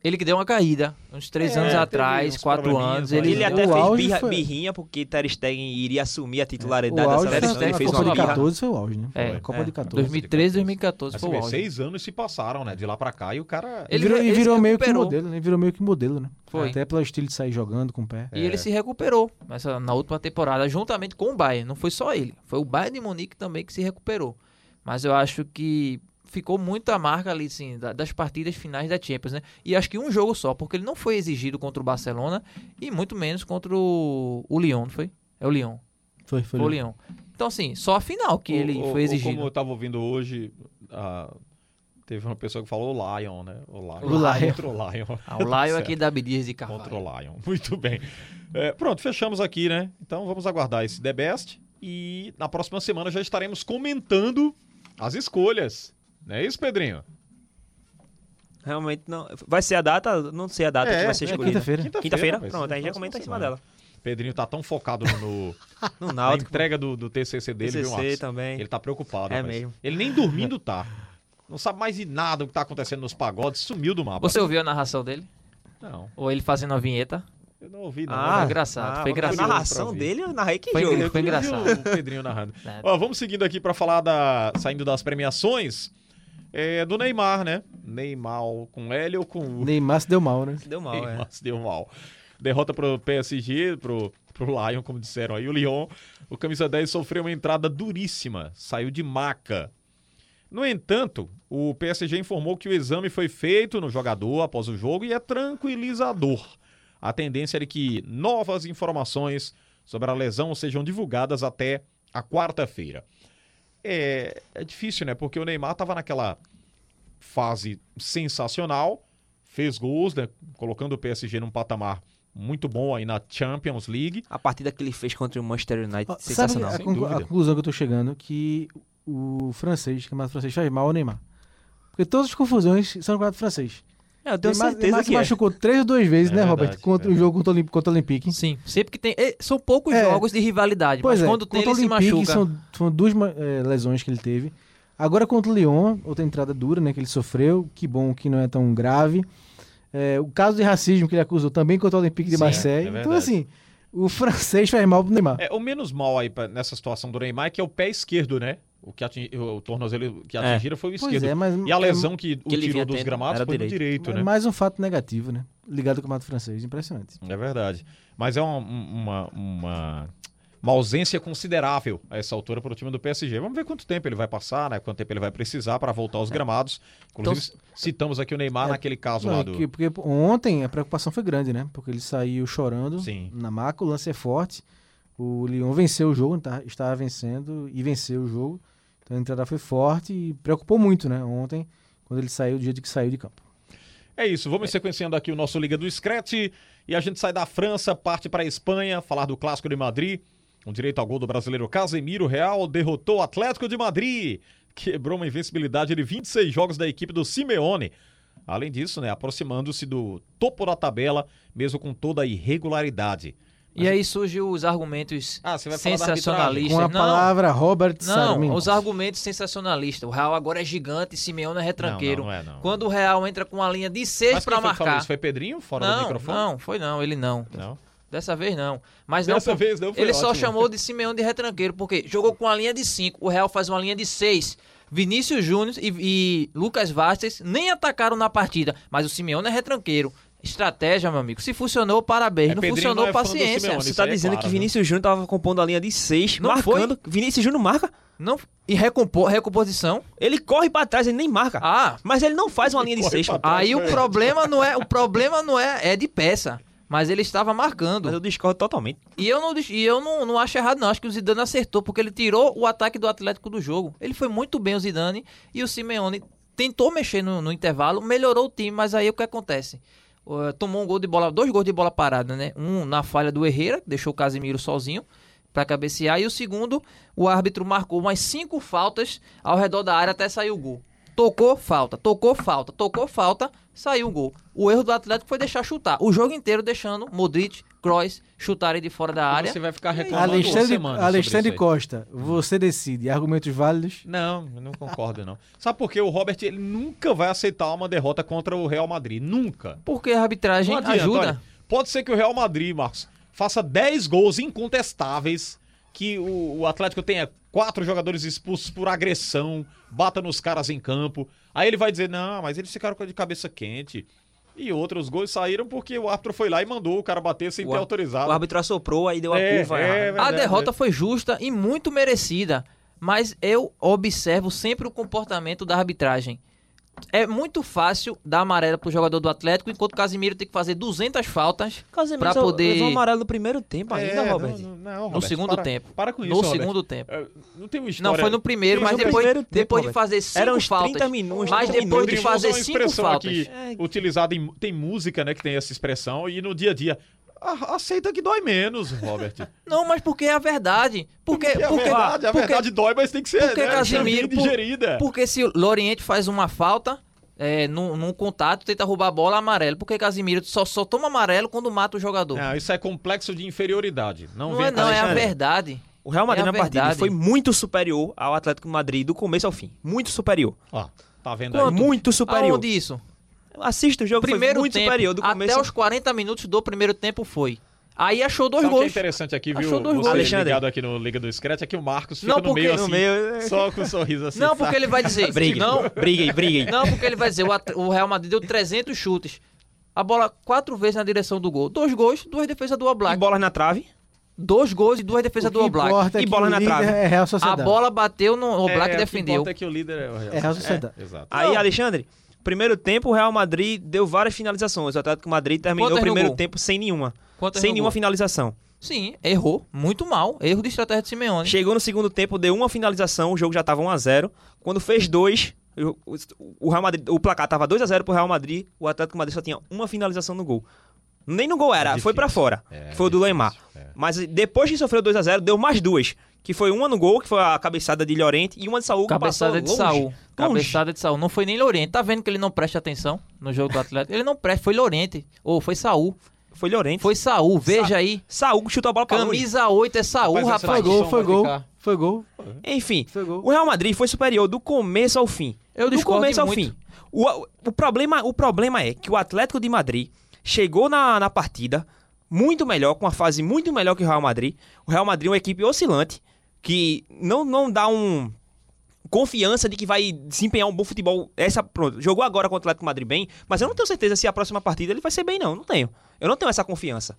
Ele que deu uma caída uns três
É,
anos
teve
atrás,
uns
quatro
probleminhas
anos.
aí.
Ele,
Ele,
O
até fez
auge
birra-
foi- É.
birrinha porque Ter Stegen iria assumir a
O
titularidade da
auge
seleção.
foi-
Ele
da
fez
Copa
uma
de
birra.
14 foi o auge, né?
É,
Copa
é.
de 14.
2013, 2014 foi o
Mas você vê,
auge.
Assim, é seis anos se passaram, né? De lá pra cá e o cara.
Ele
Ele virou,
vira-
e
ele
virou
se
meio que
recuperou.
modelo, né? Virou meio que modelo, né?
Foi.
Até pelo estilo de sair jogando com o pé.
E ele se recuperou nessa, na última temporada, juntamente com o Bayern. Não foi só ele, foi o Bayern de Munique também que se recuperou. Mas eu acho que ficou muito a marca ali, assim, da- das partidas finais da Champions, né? E acho que um jogo só, porque ele não foi exigido contra o Barcelona e muito menos contra o, o Lyon, não foi? É o Lyon.
Foi,
Foi o Lyon. Então, assim, só a final que
Ou-
ele
ou-
foi
ou
exigido.
Como eu tava ouvindo hoje, ah, teve uma pessoa que falou o Lion, né? O Lion.
O Lion.
Contra o Lion.
Ah, o Laio
Certo.
aqui da Abdias de Carvalho.
Contra o Lion. Muito bem. É, pronto, fechamos aqui, né? Então vamos aguardar esse The Best. E na próxima semana já estaremos comentando as escolhas. Não é isso, Pedrinho?
Realmente não. Vai ser a data, não sei a data
É,
que vai ser
é
escolhida.
quinta-feira.
Quinta-feira,
rapaz,
pronto,
na
aí já
próxima
comenta em cima
semana.
dela.
Pedrinho tá tão focado no,
No
na
Náutico,
entrega do, do TCC dele, viu,
TCC
Marcos?
também.
Ele tá preocupado.
É
rapaz.
mesmo.
Ele nem dormindo tá. Não sabe mais de nada o que tá acontecendo nos pagodes, sumiu do mapa.
Você ouviu a narração dele?
Não,
Ou ele fazendo a vinheta?
eu não ouvi não.
foi
Ah,
engraçado, foi
ah, quando eu vi
engraçado.
A narração
Pra
dele, eu narrei que
Foi
jogo.
incrível.
Eu queria ouvir
engraçado.
O Pedrinho narrando.
É.
Nada.
Ó, vamos seguindo aqui pra falar da saindo das premiações é, do Neymar, né? Neymar com L ou com U?
Neymar se deu mal, né?
Deu mal, é.
Neymar se deu mal. Derrota pro PSG, pro, pro Lion, como disseram aí. O Lyon, o camisa 10 sofreu uma entrada duríssima, saiu de maca. No entanto, o PSG informou que o exame foi feito no jogador após o jogo e é tranquilizador. A tendência é de que novas informações sobre a lesão sejam divulgadas até a quarta-feira. É, é difícil, né? Porque o Neymar tava naquela fase sensacional, fez gols, né? colocando o PSG num patamar muito bom aí na Champions League.
A partida que ele fez contra o Manchester United,
Ó, Sabe
sensacional.
a,
Sem
conclu- a
dúvida.
conclusão que eu tô chegando? Que o francês, que é mais francês, faz mal ao Neymar. Porque todas as confusões são com o francês.
É, eu tenho
Neymar,
certeza
Neymar se
que é.
machucou três ou duas vezes,
É
né,
verdade,
Robert? Contra o
verdade.
jogo contra o Olim- contra o Olympique.
Sim, sempre que tem. eh, São poucos
É.
jogos de rivalidade,
Pois
mas
é,
quando tem
contra
ele
o
se
Olympique
machuca.
são, foram duas ma- eh, lesões que ele teve. Agora contra o Lyon, outra entrada dura, né, que ele sofreu. Que bom que não é tão grave. Eh, o caso de racismo que ele acusou também contra o Olympique de
Sim, é
Marseille. então,
verdade.
assim, o francês faz mal pro Neymar.
É, o menos mal aí pra- nessa situação do Neymar é que é o pé esquerdo, né? O que atingi- o tornozelo que atingiram foi o
Pois
esquerdo.
é, mas-
e a lesão que, o
que ele
tirou
vinha
dos
tendo
gramados
era
foi do
direito.
direito, né?
Mais um fato negativo, né? Ligado ao campeonato francês, impressionante.
É verdade. Mas é uma, uma, uma, uma ausência considerável a essa altura para o time do PSG. Vamos ver quanto tempo ele vai passar, né? Quanto tempo ele vai precisar para voltar aos gramados. Inclusive, citamos aqui o Neymar naquele caso
Não,
lá
É. Então, é
do.
que- porque ontem a preocupação foi grande, né? Porque ele saiu chorando
Sim.
na maca, o lance é forte. O Lyon venceu o jogo, tá- estava vencendo e venceu o jogo. Então a entrada foi forte e preocupou muito, né? Ontem, quando ele saiu, do dia de que saiu de campo.
É isso, vamos sequenciando aqui o nosso Liga do Scratch e a gente sai da França, parte para a Espanha, falar do Clássico de Madrid. Um direito ao gol do brasileiro Casemiro Real derrotou o Atlético de Madrid, quebrou uma invencibilidade de 26 jogos da equipe do Simeone. Além disso, né, aproximando-se do topo da tabela, mesmo com toda a irregularidade.
E aí surgem os argumentos
Ah, você vai falar da
sensacionalistas.
Com a
não,
palavra, Robert
não,
Sarmento.
os argumentos sensacionalistas. O Real agora é gigante, Simeone é retranqueiro.
Não, não, não é, não.
Quando o Real entra com a linha de
Mas
6
quem
pra
foi que falou
marcar.
isso? Foi Pedrinho fora do
não,
microfone?
não, foi não, ele não.
Não.
Dessa vez não. Mas
Dessa
não,
vez não, foi
Ele só
ótimo.
chamou de Simeone de retranqueiro, porque jogou com a linha de 5, o Real faz uma linha de 6. Vinícius Júnior e, e Lucas Vastes nem atacaram na partida, mas o Simeone é retranqueiro. Estratégia, meu amigo. Se funcionou, parabéns.
É,
não
Pedrinho
funcionou,
não é fã do
paciência.
Simeone.
Você
Isso
tá
aí é
dizendo
claro,
que
né?
Vinícius Júnior tava compondo a linha de 6,
Não foi?
marcando. Vinícius Júnior marca,
Não, e recompo, recomposição.
ele corre pra trás, ele nem marca.
Ah,
Mas ele não faz uma linha de
corre
6.
pra trás.
aí o problema não é, o problema não é, é de peça. Mas ele estava marcando.
Mas eu discordo totalmente.
E eu, não, deix- e eu não, não acho errado, não. Acho que o Zidane acertou, porque ele tirou o ataque do Atlético do jogo. Ele foi muito bem, o Zidane. E o Simeone tentou mexer no, no intervalo, melhorou o time, mas aí o que acontece? Uh, tomou um gol de bola, dois gols de bola parada, né? Um na falha do Herrera, que deixou o Casimiro sozinho pra cabecear. E o segundo, o árbitro marcou umas cinco faltas ao redor da área até sair o gol. Tocou falta, tocou falta, tocou falta, saiu um gol. O erro do Atlético foi deixar chutar. O jogo inteiro deixando Modric, Kroos chutarem de fora da área.
Então Você vai ficar reclamando uma
Alexandre,
semana sobre isso
Alexandre
aí.
Costa, você decide. Argumentos válidos?
Não, eu não concordo não. Sabe por quê? O Robert ele nunca vai aceitar uma derrota contra o Real Madrid, nunca.
Porque a arbitragem
Não adianta,
ajuda.
olha, pode ser que o Real Madrid, Marcos, faça 10 gols incontestáveis, que o, o Atlético tenha quatro jogadores expulsos por agressão, bata nos caras em campo. Aí ele vai dizer: "Não, mas eles ficaram com a de cabeça quente". E outros gols saíram porque o árbitro foi lá e mandou o cara bater sem
O
ter
ar-
autorizado.
O árbitro assoprou, aí deu a
Tá. É,
curva.
é,
errada.
verdade,
A
né?
derrota foi justa e muito merecida, mas eu observo sempre o comportamento da arbitragem. É muito fácil dar amarela pro jogador do Atlético, enquanto o Casimiro tem que fazer 200 faltas
Casemiro
pra
só
poder
levou amarelo no primeiro tempo
É,
ainda, Robert.
não, não, não,
tá no
Robert,
segundo
para-
tempo.
Para com isso,
no
Robert.
segundo tempo.
É, Não tem uma história.
Não, foi no primeiro,
Fez
mas
o
depois,
primeiro tempo,
depois de
Roberto.
fazer cinco
Eram uns 30
faltas.
minutos,
mas
30
depois de
minutos.
Usam Então,
fazer
uma
cinco
expressão
faltas.
aqui, utilizada em, tem música, né, que tem essa expressão e no dia a dia "Ah, aceita que dói menos, Robert.
Não, mas porque é a verdade. Porque,
é a
porque,
verdade, a
porque-
verdade dói, mas tem que ser,
porque
né,
Casemiro, por-
digerida.
Porque se o Loriente faz uma falta é, num, num contato, tenta roubar a bola, amarelo. Porque Casimiro só, só toma amarelo quando mata o jogador.
Não, isso é complexo de inferioridade. Não,
não
vem
é não, é a
Alexandre.
verdade.
O Real Madrid
É a
na partida
verdade.
foi muito superior ao Atlético de Madrid do começo ao fim. Muito superior.
Ó, tá vendo aí?
Quanto?
Muito superior.
Aonde isso?
Assista o jogo,
Primeiro
foi muito
tempo,
superior do começo
até
ao
os 40 minutos do primeiro tempo foi. Aí achou dois
Sabe o que é
gols.
interessante aqui, viu?
Achou dois
Você
gols.
Alexandre.
ligado aqui no Liga do Scratch, é que o Marcos fica
Não,
no
porque-
meio
no
assim,
meio-
só com um sorriso assim.
Não, porque
sabe?
ele vai dizer,
Briguem,
não,
briguem, briguem.
não, porque ele vai dizer, o, At- o Real Madrid deu 300 chutes. A bola quatro vezes na direção do gol. Dois gols, duas defesas do
E
Oblak.
bolas na trave.
Dois gols e duas defesas
O
do
que
Oblak.
importa
E
que
bola
o
na
líder
trave.
É Real
A
Sociedade.
bola bateu no Oblak
é, o que
defendeu.
importa É que o líder é o Real.
É Real Sociedade.
Exato.
Aí, Alexandre, primeiro tempo, o Real Madrid deu várias finalizações. O Atlético de Madrid terminou
Quantas no
o primeiro
gol?
tempo sem nenhuma.
Quantas
sem
no
nenhuma
gol?
finalização.
Sim, errou. Muito mal. Erro de estratégia de Simeone.
Chegou no segundo tempo, deu uma finalização, o jogo já estava 1x0. Quando fez dois, o- o- o, Real Madrid, o placar estava 2x0 pro Real Madrid, o Atlético de Madrid só tinha uma finalização no gol. Nem no gol era, foi para fora. que foi o do Leymar. Mas depois que sofreu 2x0, deu mais duas. Que foi uma no gol, que foi a cabeçada de Llorente, e uma de Saúl que
Cabeçada
passou
de
longe.
Saul.
Longe.
Cabeçada de Saul. Não foi nem Lorente. Tá vendo que ele não presta atenção no jogo do Atlético? Ele não presta. Foi Lorente. Ou foi Saul.
Foi Llorente.
Foi Saul. Veja aí.
Saúl que chutou a bola pra longe.
Camisa 8 é Saul,
Rapaz, essa
Foi
rapaz.
discussão
gol, foi
vai
gol,
ficar-
foi gol.
Uhum.
Enfim,
Foi gol.
o Real Madrid foi superior do começo ao fim.
Eu
do
discordo
começo ao
muito.
fim. O, o, problema, o problema é que o Atlético de Madrid chegou na, na partida muito melhor, com uma fase muito melhor que o Real Madrid. O Real Madrid é uma equipe oscilante, que não, não dá um confiança de que vai desempenhar um bom futebol. Essa, pronto, jogou agora contra o Atlético de Madrid bem, mas eu não tenho certeza se a próxima partida ele vai ser bem, não. Não tenho. Eu não tenho essa confiança.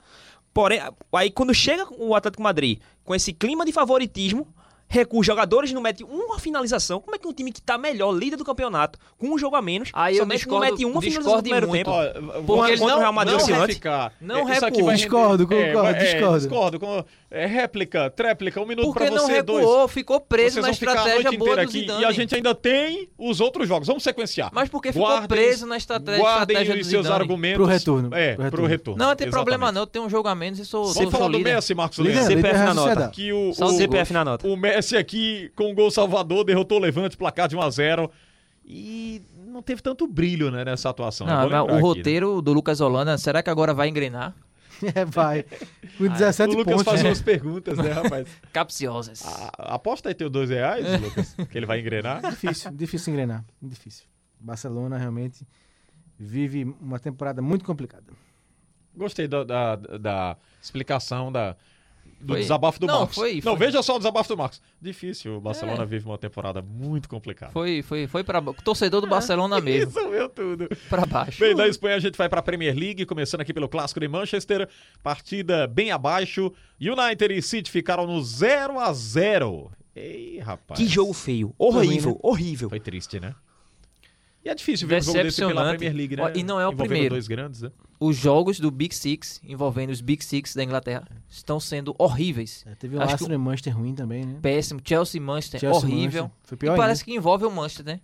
Porém, aí quando chega o Atlético de Madrid com esse clima de favoritismo, recua os jogadores, não mete uma finalização. Como é que um time que tá melhor, líder do campeonato, com um jogo a menos,
Aí eu
somente não
discordo-
mete uma finalização
discordo
no primeiro
muito.
tempo?
Ó,
Porque
vamos-
ele não- não
oscilante.
recu-
ficar.
assim, não
É, isso aqui
recuou.
vai render-
Discordo,
é,
concordo,
é,
discordo.
discordo. com- é, réplica, tréplica, um minuto
Porque
pra
não
você, dois.
recuou, ficou preso
Vocês
na
vão ficar a
estratégia
noite
boa
inteira
do
aqui
Zidane.
e a gente é ainda tem os outros jogos. Vamos sequenciar.
Mas porque ficou
Guardem-
preso na estratégia-
guardem
estratégia
os
do
seus
Zidane.
argumentos.
Pro retorno,
É,
pro
pro
retorno.
retorno.
Não, não tem problema
Exatamente.
não. Eu tenho um jogo a menos e sou, sou,
Vamos falar
sou
do
líder.
Messi, Marcos
Líder,
Leandro.
líder
CPF
é
na
Real
nota.
Sociedade.
Que o,
Só
o-
o
CPF na nota.
o Messi aqui, com o gol salvador, derrotou o Levante, placar de 1x0. E não teve tanto brilho né, nessa atuação. né?
Não,
Vou
mas
lembrar aqui,
o
né?
roteiro do Lucas Holanda, será que agora vai engrenar?
É, vai. Com 17
O Lucas
pontos.
faz
né?
umas perguntas, né, rapaz? É.
Capciosas.
A- aposta aí teu dois reais, Lucas, que ele vai engrenar.
Difícil, difícil engrenar. Difícil. Barcelona realmente vive uma temporada muito complicada.
Gostei da, da- da explicação da, do
Foi-
desabafo do
não,
Marcos.
foi-
Não,
foi- É.
veja só o desabafo do Marcos. Difícil, o Barcelona vive uma temporada muito complicada.
Foi, foi, foi para torcedor do Barcelona mesmo,
É, Isso, meu tudo.
pra baixo.
Bem, da Espanha a gente vai para a Premier League, começando aqui pelo Clássico de Manchester. Partida bem abaixo. United e City ficaram no 0 a 0 Ei, rapaz.
Que jogo feio. Horrível, horrível.
Foi triste, né? E é difícil ver um jogo desse pela
Decepcionante.
Premier League, né?
Ó, e não é o
Envolvendo
primeiro.
dois grandes, né?
Os jogos do Big Six, envolvendo os Big Six da Inglaterra, estão sendo horríveis.
É, teve o
Acho que
Arsenal e Manchester ruim também, né?
Péssimo. Chelsea e Manchester,
Chelsea e
É, horrível.
Manchester. Foi
E
pior
parece
ainda.
que envolve o Manchester, né?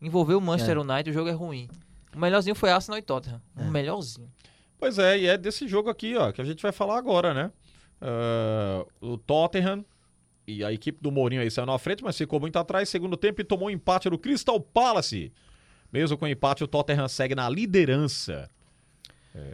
Envolveu o Manchester
É.
United, o jogo é ruim. O melhorzinho foi Arsenal e Tottenham.
É.
O melhorzinho.
Pois é, e é desse jogo aqui, ó, que a gente vai falar agora, né? Ah, o Tottenham E a equipe do Mourinho aí saiu na frente, mas ficou muito atrás. Segundo tempo e tomou um empate do Crystal Palace. Mesmo com o empate, o Tottenham segue na liderança.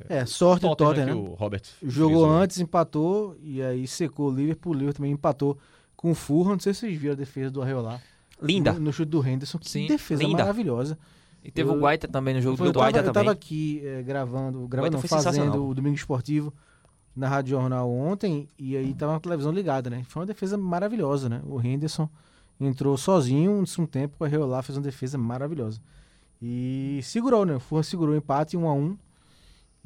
É, sorte do Tottenham.
né?
né?
que o Robert
Jogou
frisou.
antes, empatou, e aí secou o Liverpool. O Liverpool também empatou com o Fulham. Não sei se vocês viram a defesa do Arreolar.
Linda.
No, no chute do Henderson. Que
Sim,
defesa
linda.
maravilhosa.
E teve
Eu-
o Guaita também no jogo
Foi, eu,
do
Guaita
tava, eu tava
também. tá
aqui eh, gravando, gravando não,
foi
fazendo
sensacional.
o Domingo Esportivo na Rádio Jornal ontem, e
Uhum.
aí tava na televisão ligada, né? Foi uma defesa maravilhosa, né? O Henderson entrou sozinho, um segundo tempo, correu lá, fez uma defesa maravilhosa. E segurou, né? O Fulham segurou o empate 1 a 1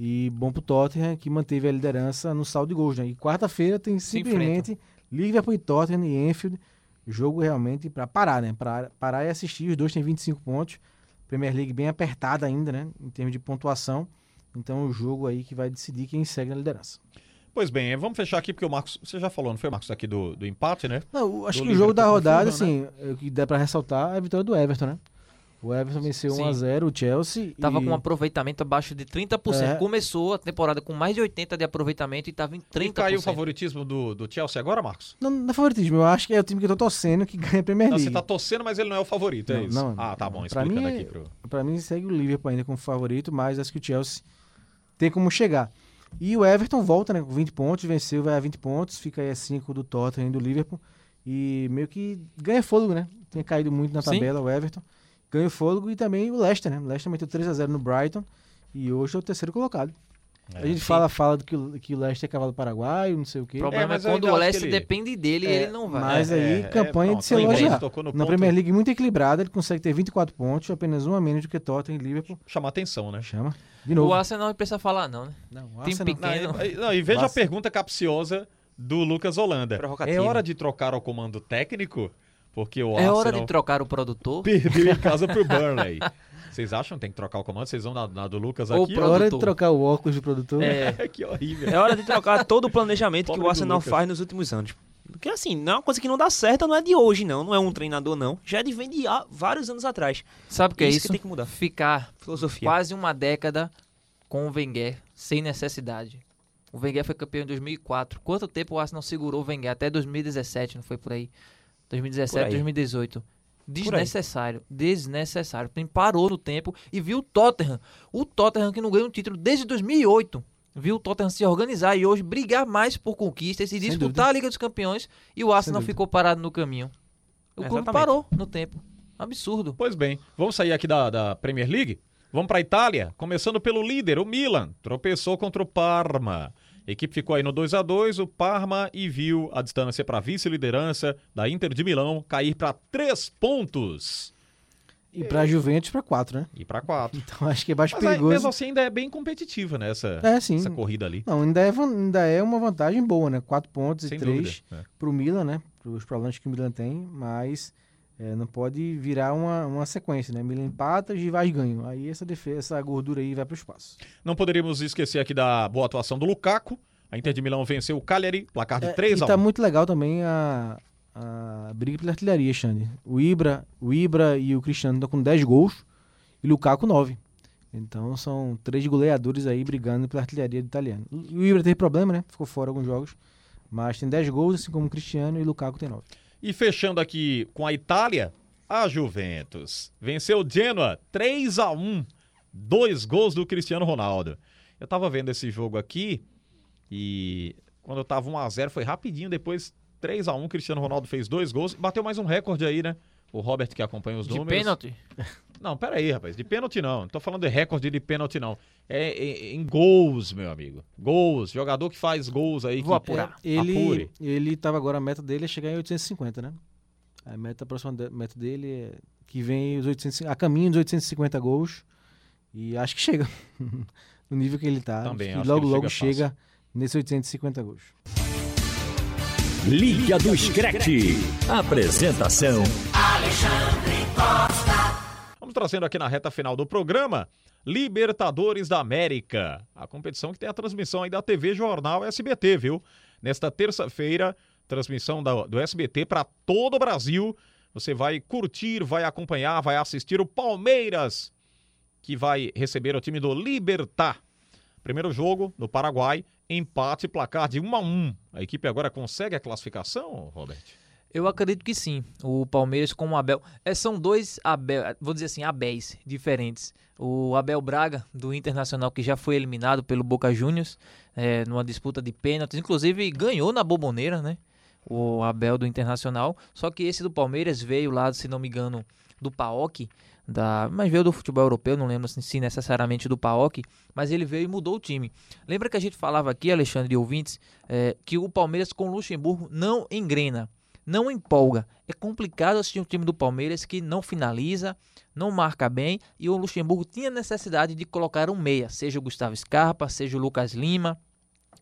E bom pro Tottenham, que manteve a liderança no saldo de gols, né? E quarta-feira tem simplesmente Liverpool e Tottenham e Enfield. Jogo realmente pra parar, né? Pra parar e assistir. Os dois têm 25 pontos. Premier League bem apertada ainda, né? Em termos de pontuação. Então, o jogo aí que vai decidir quem segue na liderança.
Pois bem, vamos fechar aqui, porque o Marcos. Você já falou, não foi, Marcos, aqui do, do empate, né?
Não, eu acho
Do
que o jogo
Liverpool
da
com o
rodada,
Fulham,
assim, é o que dá pra ressaltar é a vitória do Everton, né? O Everton venceu
Sim.
1x0 o Chelsea.
Tava
e...
com um aproveitamento abaixo de 30%.
É.
Começou a temporada com mais de 80% de aproveitamento e tava em 30%.
E caiu o favoritismo do, do Chelsea agora, Marcos?
Não, não é favoritismo, eu acho que é o time que eu tô torcendo que ganha a Premier
Não,
League.
você tá torcendo, mas ele não é o favorito, é
É Não,
isso?
não,
ah, tá bom,
pra
explicando
mim é-
aqui pro.
Pra mim segue o Liverpool ainda como favorito, mas acho que o Chelsea tem como chegar. E o Everton volta, né, com 20 pontos, venceu, vai a 20 pontos, fica aí a 5 do Tottenham e do Liverpool e meio que ganha fôlego, né? Tem caído muito na
Sim.
tabela o Everton. Ganha fôlego e também o Leicester, né? O Leicester meteu 3 a 0 no Brighton e hoje é o terceiro colocado.
É,
a gente fala fala do que, o- que o Leicester é cavalo paraguaio, não sei o quê.
O
É,
problema é,
mas eu
quando
ainda
o
acho
Leicester
que ele-
depende dele e
É,
ele não vai.
Mas
É,
aí,
é,
campanha
pronto,
de se
lembrei,
elogiar.
tocou no
Na
ponto.
Premier League muito equilibrada, ele consegue ter 24 pontos, apenas um a menos do que Tottenham e Liverpool.
Chamar atenção, né?
Chama. De novo.
O Arsenal não precisa falar, não, né?
Não, o
Tem
Arsenal-
Não,
Quem
e-
não?
e- não, e veja
Nossa.
a pergunta capciosa do Lucas Holanda.
Provocativa.
É hora de trocar o comando técnico? Porque o
é
Arsenal
hora de trocar o produtor.
perdeu em casa pro Burnley. Vocês acham que tem que trocar o comando? Vocês vão na, na do Lucas
Ou
aqui?
pro-
É hora de
produtor.
trocar o óculos do produtor.
É,
ó? que horrível.
É hora de trocar todo o planejamento que
Pobre
o
do
Arsenal
Lucas.
faz nos últimos anos. Porque assim, não é uma coisa que não dá certo, não é de hoje, não. Não é um treinador, não. Já é de vem de há vários anos atrás.
sabe o que é
Isso
isso?
que tem que mudar.
Ficar
Filosofia.
quase uma década com o Wenger, sem necessidade. O Wenger foi campeão em 2004. Quanto tempo o Arsenal segurou o Wenger? Até 2017, não foi por aí? 2017,
Por aí.
2018. Desnecessário, desnecessário. Tem- Parou no tempo e viu o Tottenham. O Tottenham que não ganha um título desde 2008. Viu o Tottenham se organizar e hoje brigar mais por conquistas e disputar
dúvida.
a Liga dos Campeões e o Arsenal
dúvida.
ficou parado no caminho. O clube
Exatamente.
parou no tempo. Absurdo.
Pois bem, vamos sair aqui da, da Premier League? Vamos para a Itália, começando pelo líder, o Milan. Tropeçou contra o Parma. A equipe ficou aí no 2 a 2 o Parma e viu a distância para vice-liderança da Inter de Milão cair para 3 pontos
E pra Juventus, pra 4, né?
e para 4.
Então acho que é mais
Mas aí, mesmo
perigoso.
assim ainda é bem competitiva né, essa,
É, sim.
essa corrida ali.
Não, ainda é, van- ainda é uma vantagem boa, né? 4 pontos
Sem
e 3
dúvida. É.
pro Milan, né? Os problemas que o Milan tem, mas é, não pode virar uma, uma sequência, né? Milan empata, Givaz ganha. Aí essa defesa, essa gordura aí vai pro espaço.
Não poderíamos esquecer aqui da boa atuação do Lukaku. A Inter de Milão venceu o Cagliari, placar de
É,
3
e
a 1.
tá muito legal também a, a briga pela artilharia, Xande. O Ibra, o Ibra e o Cristiano estão com 10 gols e o Lukaku 9. Então são três goleadores aí brigando pela artilharia do italiano. E o Ibra teve problema, né? Ficou fora alguns jogos. Mas tem 10 gols, assim como o Cristiano e o Lukaku tem 9.
E fechando aqui com a Itália, a Juventus. Venceu o Genoa 3 a 1 Dois gols do Cristiano Ronaldo. Eu tava vendo esse jogo aqui e quando eu tava 1x0 foi rapidinho, depois 3 a 1 Cristiano Ronaldo fez dois gols. Bateu mais um recorde aí, né? O Robert que acompanha os
De
números.
pênalti.
Não, pera aí, rapaz. De pênalti não. Não tô falando de recorde de pênalti, não. É, em- em gols, meu amigo. Gols. Jogador que faz gols aí.
Vou
que... é,
apurar.
Apure.
é, Ele, ele tava agora, a meta dele é chegar em 850, né? A meta, a próxima de- meta dele é que vem os 800, a caminho dos 850 gols. E acho que chega. no nível que ele tá.
Também,
acho
acho
que
que
logo,
ele
logo
chega
chega nesses 850 gols.
Liga do Screte. Apresentação.
Vamos trazendo aqui na reta final do programa Libertadores da América, a competição que tem a transmissão aí da TV Jornal SBT, viu? Nesta terça-feira, transmissão da- do SBT para todo o Brasil. Você vai curtir, vai acompanhar, vai assistir o Palmeiras, que vai receber o time do Libertar. Primeiro jogo no um Paraguai, empate, placar de 1 a 1. A equipe agora consegue a classificação, Robert?
Eu acredito que sim. O Palmeiras com o Abel. É, são dois Abel, vou dizer assim, Abéis diferentes. O Abel Braga, do Internacional, que já foi eliminado pelo Boca Juniors, é, numa disputa de pênaltis. Inclusive, ganhou na boboneira, né? O Abel do Internacional. Só que esse do Palmeiras veio lá, se não me engano, do PAOC. Da, mas veio do futebol europeu, não lembro assim, se necessariamente do PAOC, mas ele veio e mudou o time. Lembra que a gente falava aqui, Alexandre e ouvintes, é, que o Palmeiras com o Luxemburgo não engrena não empolga. É complicado assistir um time do Palmeiras que não finaliza, não marca bem e o Luxemburgo tinha necessidade de colocar um meia, seja o Gustavo Scarpa, seja o Lucas Lima,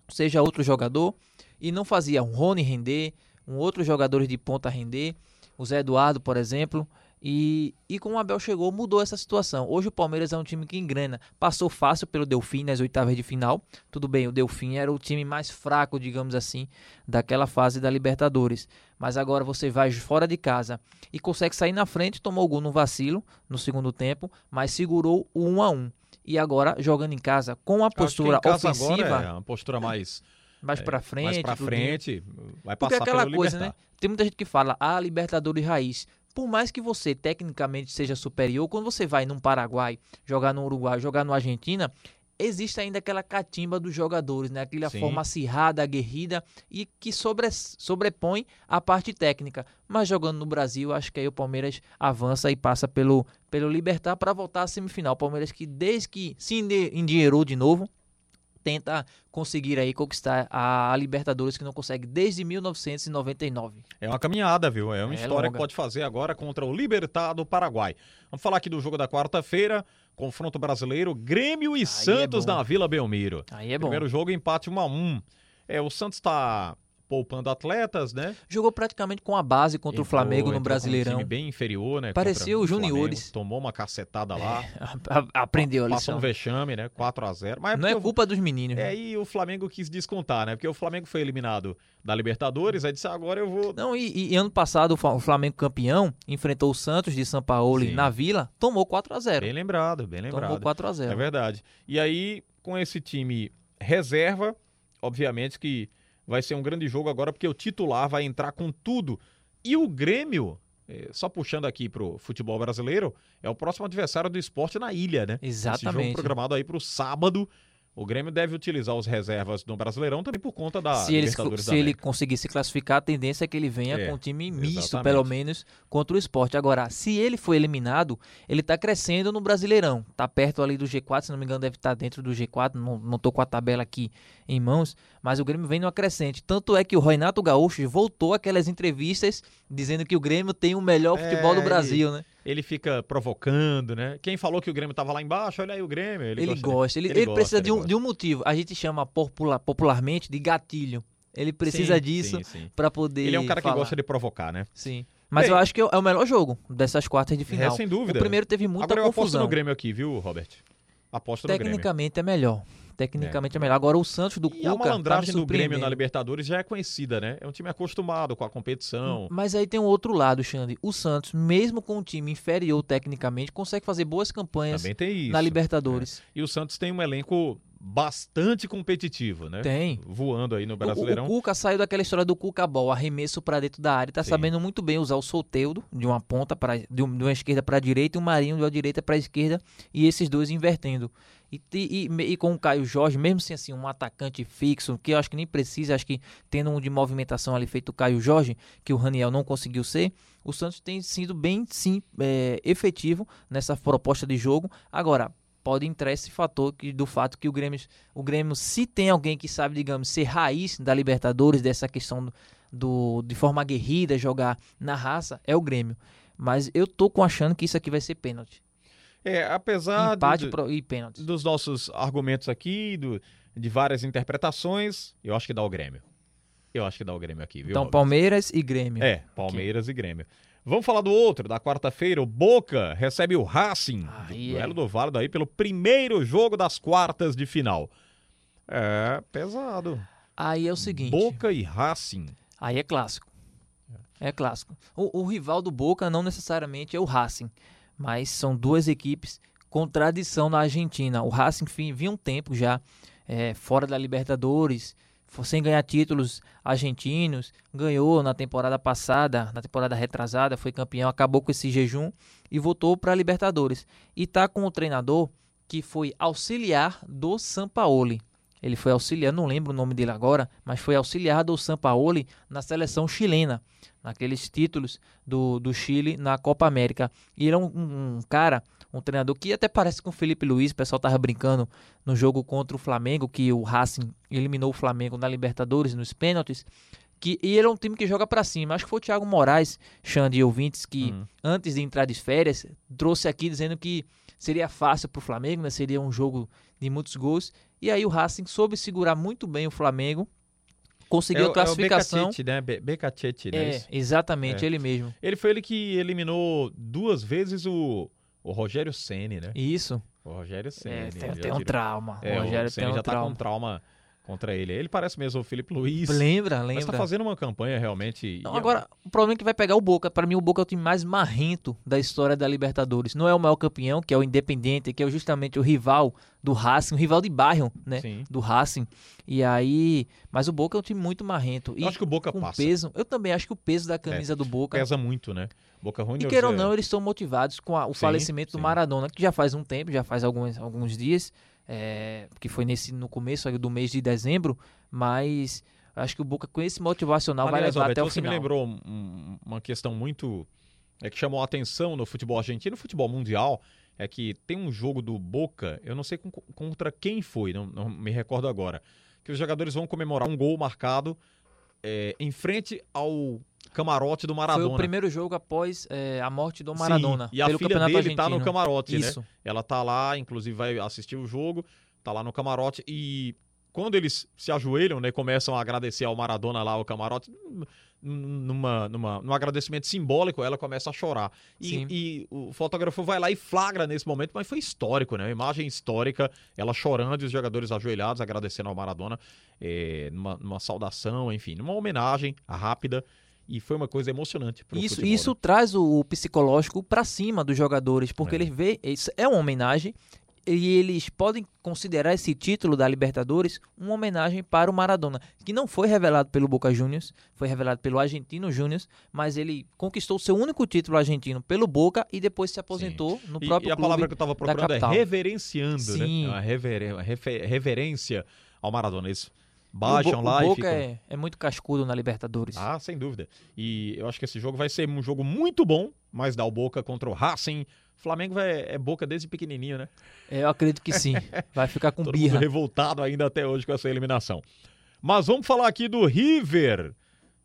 seja outro jogador e não fazia um Rony render, um outro jogador de ponta render, o Zé Eduardo, por exemplo. E, e com o Abel chegou, mudou essa situação. Hoje o Palmeiras é um time que engrena. Passou fácil pelo Delfim nas oitavas de final. Tudo bem, o Delfim era o time mais fraco, digamos assim, daquela fase da Libertadores. Mas agora você vai fora de casa e consegue sair na frente, tomou o gol no vacilo no segundo tempo, mas segurou o 1 a 1 E agora jogando em casa com a postura
Acho que em casa
ofensiva
Agora é uma postura mais,
mais pra frente,
É, mais pra
tudo.
frente. Vai passar
Porque é aquela
pelo
coisa,
Libertar.
né? Tem muita gente que fala, ah, Libertadores raiz. Por mais que você tecnicamente seja superior, quando você vai num Paraguai, jogar no Uruguai, jogar no Argentina, existe ainda aquela catimba dos jogadores, né? Aquela
Sim.
forma acirrada, aguerrida e que sobre- sobrepõe a parte técnica. Mas jogando no Brasil, acho que aí o Palmeiras avança e passa pelo, pelo Libertar para voltar à semifinal. O Palmeiras que desde que se ende- endinheirou de novo, tenta conseguir aí conquistar a Libertadores que não consegue desde 1999.
É uma caminhada, viu? É uma
É
história que
longa.
pode fazer agora contra o Libertad do Paraguai. Vamos falar aqui do jogo da quarta-feira. Confronto brasileiro, Grêmiro e Santos
é bom.
na Vila Belmiro.
Aí é bom.
Primeiro jogo, empate 1 a 1 É, o Santos tá poupando atletas, né?
Jogou praticamente com a base contra
Entrou-
o Flamengo
entrou
no
com Um
Brasileirão.
time bem inferior, né?
Parecia
contra
o É, juniores.
Flamengo, tomou uma cacetada lá.
A- a- Aprendeu a
Passou
lição.
um vexame, né? 4 a 0 Mas
Não é
porque o-
culpa dos meninos.
É,
né?
e o Flamengo quis descontar, né? Porque o Flamengo foi eliminado da Libertadores, aí disse, "Ah, agora eu vou...
Não, e, e ano passado o Fa- o Flamengo campeão enfrentou o Santos de São Paulo
Sim.
na Vila, tomou 4 a 0.
Bem lembrado, bem
um Tomou
lembrado.
4 a
É
0.
verdade. E aí, com esse time reserva, obviamente que vai ser um grande jogo agora, porque o titular vai entrar com tudo. E o Grêmio, eh, só puxando aqui pro futebol brasileiro, é o próximo adversário do esporte na ilha, né? Esse jogo
Exatamente.
programado aí pro sábado. O Grêmio deve utilizar os reservas no Brasileirão também por conta da
se ele,
Ah, Libertadores
se
da
ele
América.
conseguir se classificar, a tendência é que ele venha
É,
com um time misto,
exatamente.
pelo menos, contra o esporte. Agora, se ele for eliminado, ele está crescendo no Brasileirão. Está perto ali do G4, se não me engano, deve estar dentro do G4. Não, não tô com a tabela aqui em mãos, mas o Grêmio vem numa crescente. Tanto é que o Renato Gaúcho voltou aquelas entrevistas dizendo que o Grêmio tem o melhor
É,
futebol do
ele-
Brasil, né?
Ele fica provocando, né? Quem falou que o Grêmio tava lá embaixo, olha aí o Grêmio. Ele,
Ele,
gosta.
gosta, ele,
Ele
ele
gosta,
precisa
ele
de, um,
gosta.
de um motivo. A gente chama popula- popularmente de gatilho. Ele precisa
Sim,
disso
sim, sim.
para poder.
Ele é um cara
falar.
que gosta de provocar, né?
Sim. Mas
Bem.
eu acho que é o melhor jogo dessas quartas de final.
É, sem dúvida.
O primeiro teve muita
Agora eu aposto
confusão.
no Grêmio aqui, viu, Robert? Aposto no Grêmio.
Tecnicamente é melhor. Tecnicamente é. melhor. Agora o Santos do
E a
Cuca tá me
malandragem do Grêmio na
surpreendendo.
Libertadores já é conhecida, né? É um time acostumado com a competição.
Mas aí tem um outro lado, Xande. O Santos, mesmo com um time inferior tecnicamente, consegue fazer boas campanhas
Também tem isso.
na Libertadores.
E o Santos tem um elenco bastante competitivo, né?
Tem.
Voando aí no
O- O,
Brasileirão.
o Cuca saiu daquela história do Cuca Ball, arremesso pra dentro da área, tá
Sim.
sabendo muito bem usar o Solteudo de uma ponta para de, um- de uma esquerda pra direita e o Marinho de uma direita pra esquerda e esses dois invertendo. E, te- e, me- e com o Caio Jorge, mesmo sem assim um atacante fixo, que eu acho que nem precisa, acho que tendo um de movimentação ali feito o Caio Jorge, que o Raniel não conseguiu ser, o Santos tem sido bem sim é, efetivo nessa proposta de jogo. Agora, pode entrar esse fator que, do fato que o Grêmio, o Grêmio, se tem alguém que sabe, digamos, ser raiz da Libertadores, dessa questão do, do- de forma aguerrida, jogar na raça, é o Grêmio. Mas eu tô com achando que isso aqui vai ser pênalti.
É, apesar
Empate
do-
pro- e pênalti.
dos nossos argumentos aqui, do- de várias interpretações, eu acho que dá o Grêmio. Eu acho que dá o Grêmio aqui, viu?
Então,
Robert?
Palmeiras e Grêmio.
É, Palmeiras e Grêmio. Vamos falar do outro, da quarta-feira. O Boca recebe o Racing.
Aí,
duelo
aí.
do Vale aí pelo primeiro jogo das quartas de final. É, pesado.
Aí é o seguinte.
Boca e Racing.
Aí é clássico. É clássico. O, o rival do Boca não necessariamente é o Racing, mas são duas equipes com tradição na Argentina. O Racing fi- vinha um tempo já eh, fora da é, Libertadores, fo- sem ganhar títulos argentinos, ganhou na temporada passada, na temporada retrasada, foi campeão, acabou com esse jejum e voltou para a Libertadores. E tá com o treinador que foi auxiliar do Sampaoli. Ele foi auxiliar, não lembro o nome dele agora, mas foi auxiliar do Sampaoli na seleção chilena, naqueles títulos do, do Chile na Copa América. E ele é um, um- um cara, um treinador que até parece com o Felipe Luiz, o pessoal tava brincando no jogo contra o Flamengo, que o Racing eliminou o Flamengo na Libertadores, nos pênaltis. Que, e ele é um time que joga pra cima. Acho que foi o Thiago Moraes, Xande e ouvintes, que
Uhum.
antes de entrar de férias, trouxe aqui dizendo que seria fácil pro Flamengo, né? Seria um jogo de muitos gols. E aí o Racing soube segurar muito bem o Flamengo, conseguiu a classificação.
É o Becacete, né? Be Becacete, né?
É,
Isso.
exatamente,
É.
ele mesmo.
Ele foi ele que eliminou duas vezes o, o Rogério Ceni, né?
Isso.
O Rogério Ceni.
É,
já
tem, tem um
tirou-
trauma.
É,
o Rogério tem
Ceni
um
já tá com
trauma.
um trauma contra ele. Ele parece mesmo o Felipe Luiz.
Lembra,
Mas tá
lembra.
fazendo uma campanha realmente.
Não,
e é-
agora, o problema é que vai pegar o Boca. Pra mim, o Boca é o time mais marrento da história da Libertadores. Não é o maior campeão, que é o Independente, que é justamente o rival do Racing, o rival de bairro, né?
é um- Sim.
Do Racing. E aí. Mas o Boca é um time muito marrento. E
Eu acho que o Boca
com
passa. É,
peso. Eu também acho que o peso da camisa do Boca.
Pesa muito, né? Boca Juniors.
E queiram ou
é-
não, eles estão motivados com a- o
Sim,
falecimento do
sim.
Maradona, que já faz um tempo, já faz alguns, alguns dias, é, que foi nesse no começo aí do mês de dezembro, mas acho que o Boca com esse motivacional
Aliás,
vai levar
Roberto,
até o
você
final.
me lembrou um- um- uma questão muito é que chamou a atenção no futebol argentino, no futebol mundial, é que tem um jogo do Boca, eu não sei com- contra quem foi, não, não me recordo agora, que os jogadores vão comemorar um gol marcado é, em frente ao camarote do
Foi
Maradona.
o primeiro jogo após é, a morte do
Sim,
Maradona
e a
pelo
filha
campeonato
dele
argentino.
tá no camarote, né?
Isso.
Ela tá lá, inclusive vai assistir o jogo, tá lá no camarote e quando eles se ajoelham, né, começam a agradecer ao Maradona lá, o camarote, n- numa, numa, num agradecimento simbólico, ela começa a chorar. E,
Sim.
e o fotógrafo vai lá e flagra nesse momento, mas foi histórico, né? Uma imagem histórica, ela chorando e os jogadores ajoelhados, agradecendo ao Maradona, eh, numa, numa saudação, enfim, numa homenagem rápida. E foi uma coisa emocionante. Pro
Isso,
futebol, né.
isso traz o, o psicológico pra cima dos jogadores, porque
É.
eles veem, isso é uma homenagem, e eles podem considerar esse título da Libertadores uma homenagem para o Maradona, que não foi revelado pelo Boca Juniors, foi revelado pelo Argentino Juniors, mas ele conquistou seu único título argentino pelo Boca e depois se aposentou no
E-
próprio
e, a
clube.
palavra que eu tava procurando é
capital.
reverenciando,
Sim.
né? É Uma reveren- uma refe- reverência ao Maradona. Eles
E o
baixam
Bo-
lá
o
e
Boca
ficam...
é, é muito cascudo na Libertadores.
Ah, sem dúvida. E eu acho que esse jogo vai ser um jogo muito bom, mas dá o Boca contra o Racing. Flamengo vai- é Boca desde pequenininho, né?
É, Eu acredito que sim. Vai ficar com
Todo mundo
Um birra.
revoltado ainda até hoje com essa eliminação. Mas vamos falar aqui do River,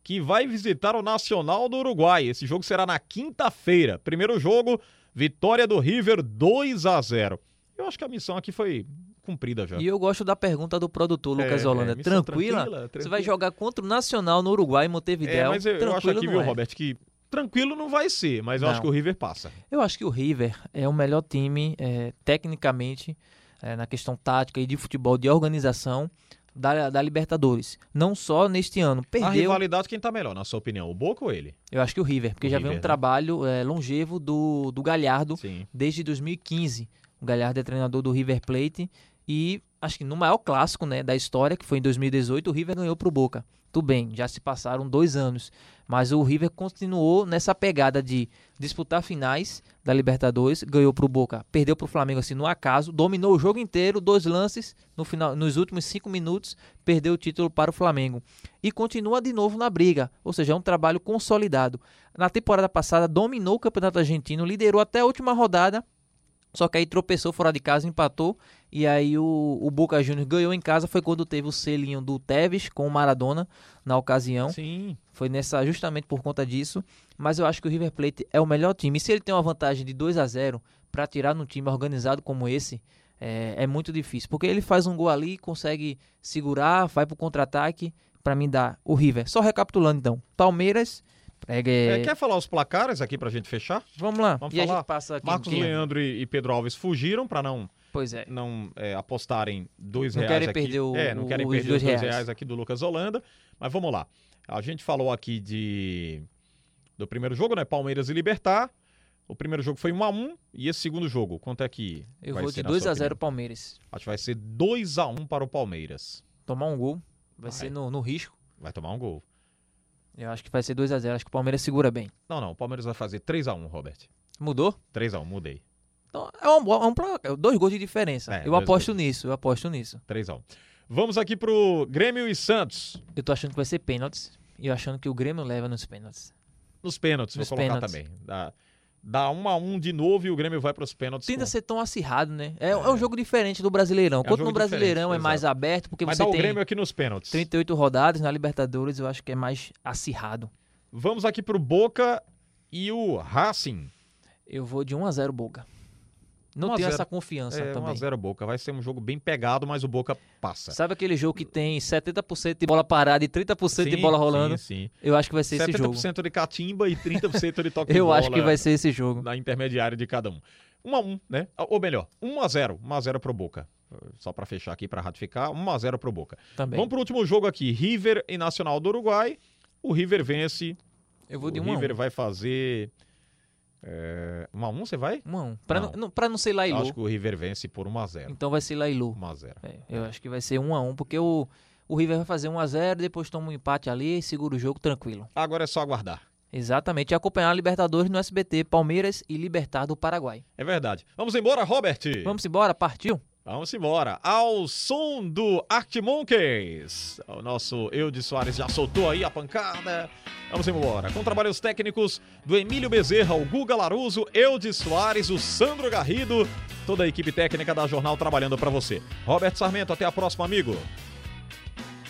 que vai visitar o Nacional do Uruguai. Esse jogo será na quinta-feira. Primeiro jogo, vitória do River 2 a 0. Eu acho que a missão aqui foi cumprida já.
E eu gosto da pergunta do produtor Lucas
É,
Holanda.
é, missão
tranquila?
tranquila,
Você vai
tranquila.
jogar contra o Nacional no Uruguai, em Montevideo.
É, mas eu, eu acho
Tranquilo
aqui,
não
viu,
é.
Robert, que tranquilo não vai ser, mas eu
Não.
acho que o River passa.
Eu acho que o River é o melhor time, é, tecnicamente, é, na questão tática e de futebol, de organização da, da Libertadores. Não só neste ano.
A
Perdeu.
rivalidade, quem tá melhor, na sua opinião, o Boca ou ele?
Eu acho que o River, porque
O
já
River,
vem um
né?
trabalho é, longevo do, do Galhardo
Sim.
desde 2015. O Galhardo é treinador do River Plate e acho que no maior clássico né, da história, que foi em 2018, o River ganhou pro Boca. Tudo bem, já se passaram dois anos, mas o River continuou nessa pegada de disputar finais da Libertadores, ganhou pro Boca, perdeu pro Flamengo assim no acaso, dominou o jogo inteiro, dois lances no final, nos últimos cinco minutos, perdeu o título para o Flamengo e continua de novo na briga, ou seja, é um trabalho consolidado. Na temporada passada dominou o Campeonato Argentino, liderou até a última rodada, só que aí tropeçou fora de casa, empatou. E aí o, o Boca Juniors ganhou em casa. Foi quando teve o selinho do Tevez com o Maradona na ocasião.
Sim.
Foi nessa justamente por conta disso. Mas eu acho que o River Plate é o melhor time. E se ele tem uma vantagem de 2 a 0 para tirar num time organizado como esse, é, é muito difícil. Porque ele faz um gol ali, consegue segurar, vai pro contra-ataque. Pra mim dá o River. Só recapitulando então: Palmeiras. é,
É, quer falar os placares aqui pra gente fechar?
Vamos lá.
Vamos
e a
falar?
gente passa aqui.
Marcos
quem- é?
Leandro e e Pedro Alves fugiram pra não
Pois é.
não é, apostarem dois
Não
reais
querem
aqui.
perder o-
é, não querem
os
perder os dois
dois reais.
reais aqui do Lucas Holanda. Mas vamos lá. A gente falou aqui de do primeiro jogo, né? Palmeiras e Libertar. O primeiro jogo foi 1 a 1 e esse segundo jogo, quanto é que
Eu
vai
vou
ser
de
na
2
sua
a 0
opinião?
Palmeiras.
Acho que vai ser 2 a 1 para o um Palmeiras.
Tomar um gol. Vai ser no, no risco.
Vai tomar um gol.
Eu acho que vai ser 2x0. Acho que o Palmeiras segura bem.
Não, não. O Palmeiras vai fazer 3x1, Robert.
Mudou?
3x1, mudei.
Então é um, bo- é um pro- é dois gols de diferença.
É,
eu
dois
aposto
gols.
nisso, eu aposto nisso.
3x1. Vamos aqui pro Grêmio e Santos.
Eu tô achando que vai ser pênaltis. E eu achando que o Grêmio leva nos pênaltis.
Nos pênaltis,
Nos
vou colocar
pênaltis.
também. Dá, dá 1x1 de novo e o Grêmio vai pros pênaltis.
Tenta
com-
ser tão acirrado, né? É, é um jogo diferente do Brasileirão. Quanto
um jogo
no Brasileirão é
diferente,
mais aberto, porque
Mas
você
dá o
tem
Grêmio é aqui nos pênaltis.
38 rodadas, na Libertadores eu acho que é mais acirrado.
Vamos aqui pro Boca e o Racing.
Eu vou de 1x0 Boca. Não
1 a
tenho
0.
essa confiança
É,
também.
1x0 Boca. Vai ser um jogo bem pegado, mas o Boca passa.
Sabe aquele jogo que tem 70% de bola parada e 30% de
Sim,
bola rolando?
Sim, sim.
Eu acho que vai ser esse jogo.
70% de catimba e 30% de toque de
Eu
bola.
acho que vai ser esse jogo.
Na intermediária de cada um. 1 a 1 né? Ou melhor, 1 a 0 1 a 0 pro Boca. Só pra fechar aqui, pra ratificar, 1 a 0 pro Boca.
Também.
Vamos pro último jogo aqui. River e Nacional do Uruguai. O River vence.
Eu vou de
o
1 a 1.
River vai fazer... É, 1 a 1 você vai?
1 a 1. Pra
Não.
não, não, pra não ser
Eu
Lailu.
acho que o River vence por 1 a 0
Então vai ser Lailu.
1 a 0
É, eu acho que vai ser 1 a 1 porque o, o River vai fazer 1 a 0 depois toma um empate ali, segura o jogo tranquilo.
Agora é só aguardar.
Exatamente. E acompanhar a Libertadores no SBT, Palmeiras e Libertar do Paraguai.
É verdade. Vamos embora, Robert.
Vamos embora, partiu?
Vamos embora. Ao som do Arctic Monkeys. O nosso Eudes Soares já soltou aí a pancada. Vamos embora. Com trabalhos técnicos do Emílio Bezerra, o Guga Laruso, Eudes Soares, o Sandro Garrido, toda a equipe técnica da Jornal trabalhando para você. Roberto Sarmento, até a próxima, amigo.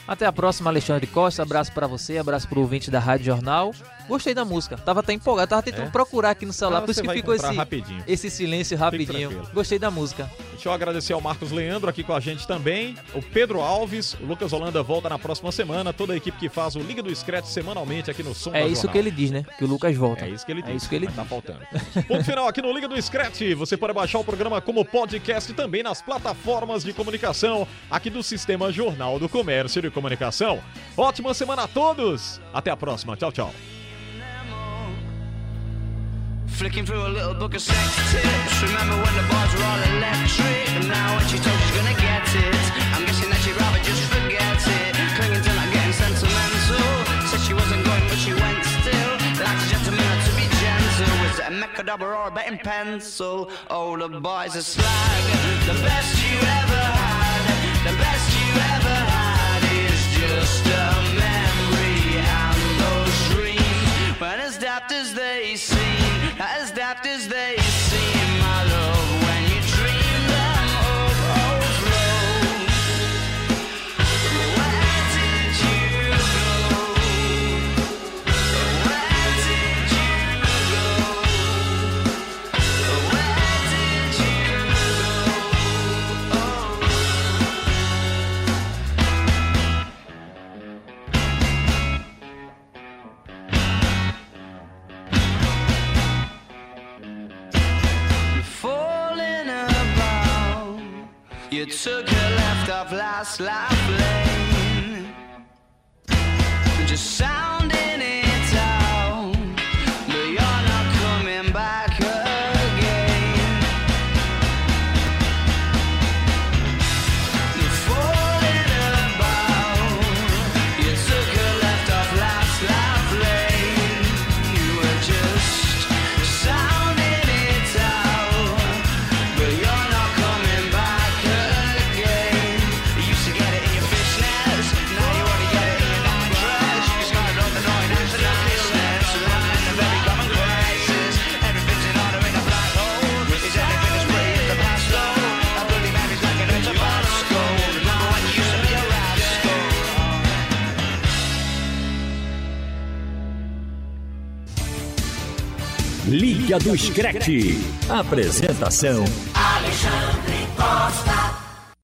Até a próxima, Alexandre Costa. Abraço pra você, abraço pro ouvinte da Rádio Jornal. Gostei da música. Tava até empolgado, tava tentando procurar aqui no celular,
Ah,
por isso
você
que
vai
ficou
encontrar
esse,
rapidinho.
esse silêncio
Fique
rapidinho.
tranquilo.
Gostei da música.
Deixa eu agradecer ao Marcos Leandro aqui com a gente também, o Pedro Alves, o Lucas Holanda volta na próxima semana, toda a equipe que faz o Liga do Scratch semanalmente aqui no Som da
É isso
Jornal.
que ele diz, né? Que o Lucas volta.
É isso que ele diz.
É isso que ele
mas tá faltando. Ponto final aqui no Liga do Scratch. Você pode baixar o programa como podcast e também nas plataformas de comunicação aqui do Sistema Jornal do Comércio de Comunicação. Ótima semana a todos. Até a próxima. Tchau, tchau.
Flicking through a little book of sex tips. Remember when the bars were all electric? And now when she told she's gonna get it, I'm guessing that she'd rather just forget it. Clinging till I'm getting sentimental. Said she wasn't going, but she went still. Like a gentleman to be gentle. Was it a mechadabra or a betting pencil? Oh, the boy's a slag. The best you ever had. The best you ever had is just a memory. And those dreams, when as daft as they seem, as daft as they seem, my love, when you dream them of overflow. Where did you go? Where did you go? Where did you go? Oh. falling about. You took a left off last life lane. Just sounding it out, but you're not coming back again. You're falling about. You took a left off last life lane. You were just sounding it out. But you're not coming back again. You used to get it in your fishnets. Now you only get it in your nightdress. You started off annoying as an accident. Surrounded in a very common crisis. Everything's in order in a black hole. Is anything as great as the past though? A bloody memory's like an urge of Bosco. Remember when you used to be a rascal?
Liga do Screte. Apresentação:
Alexandre Costa.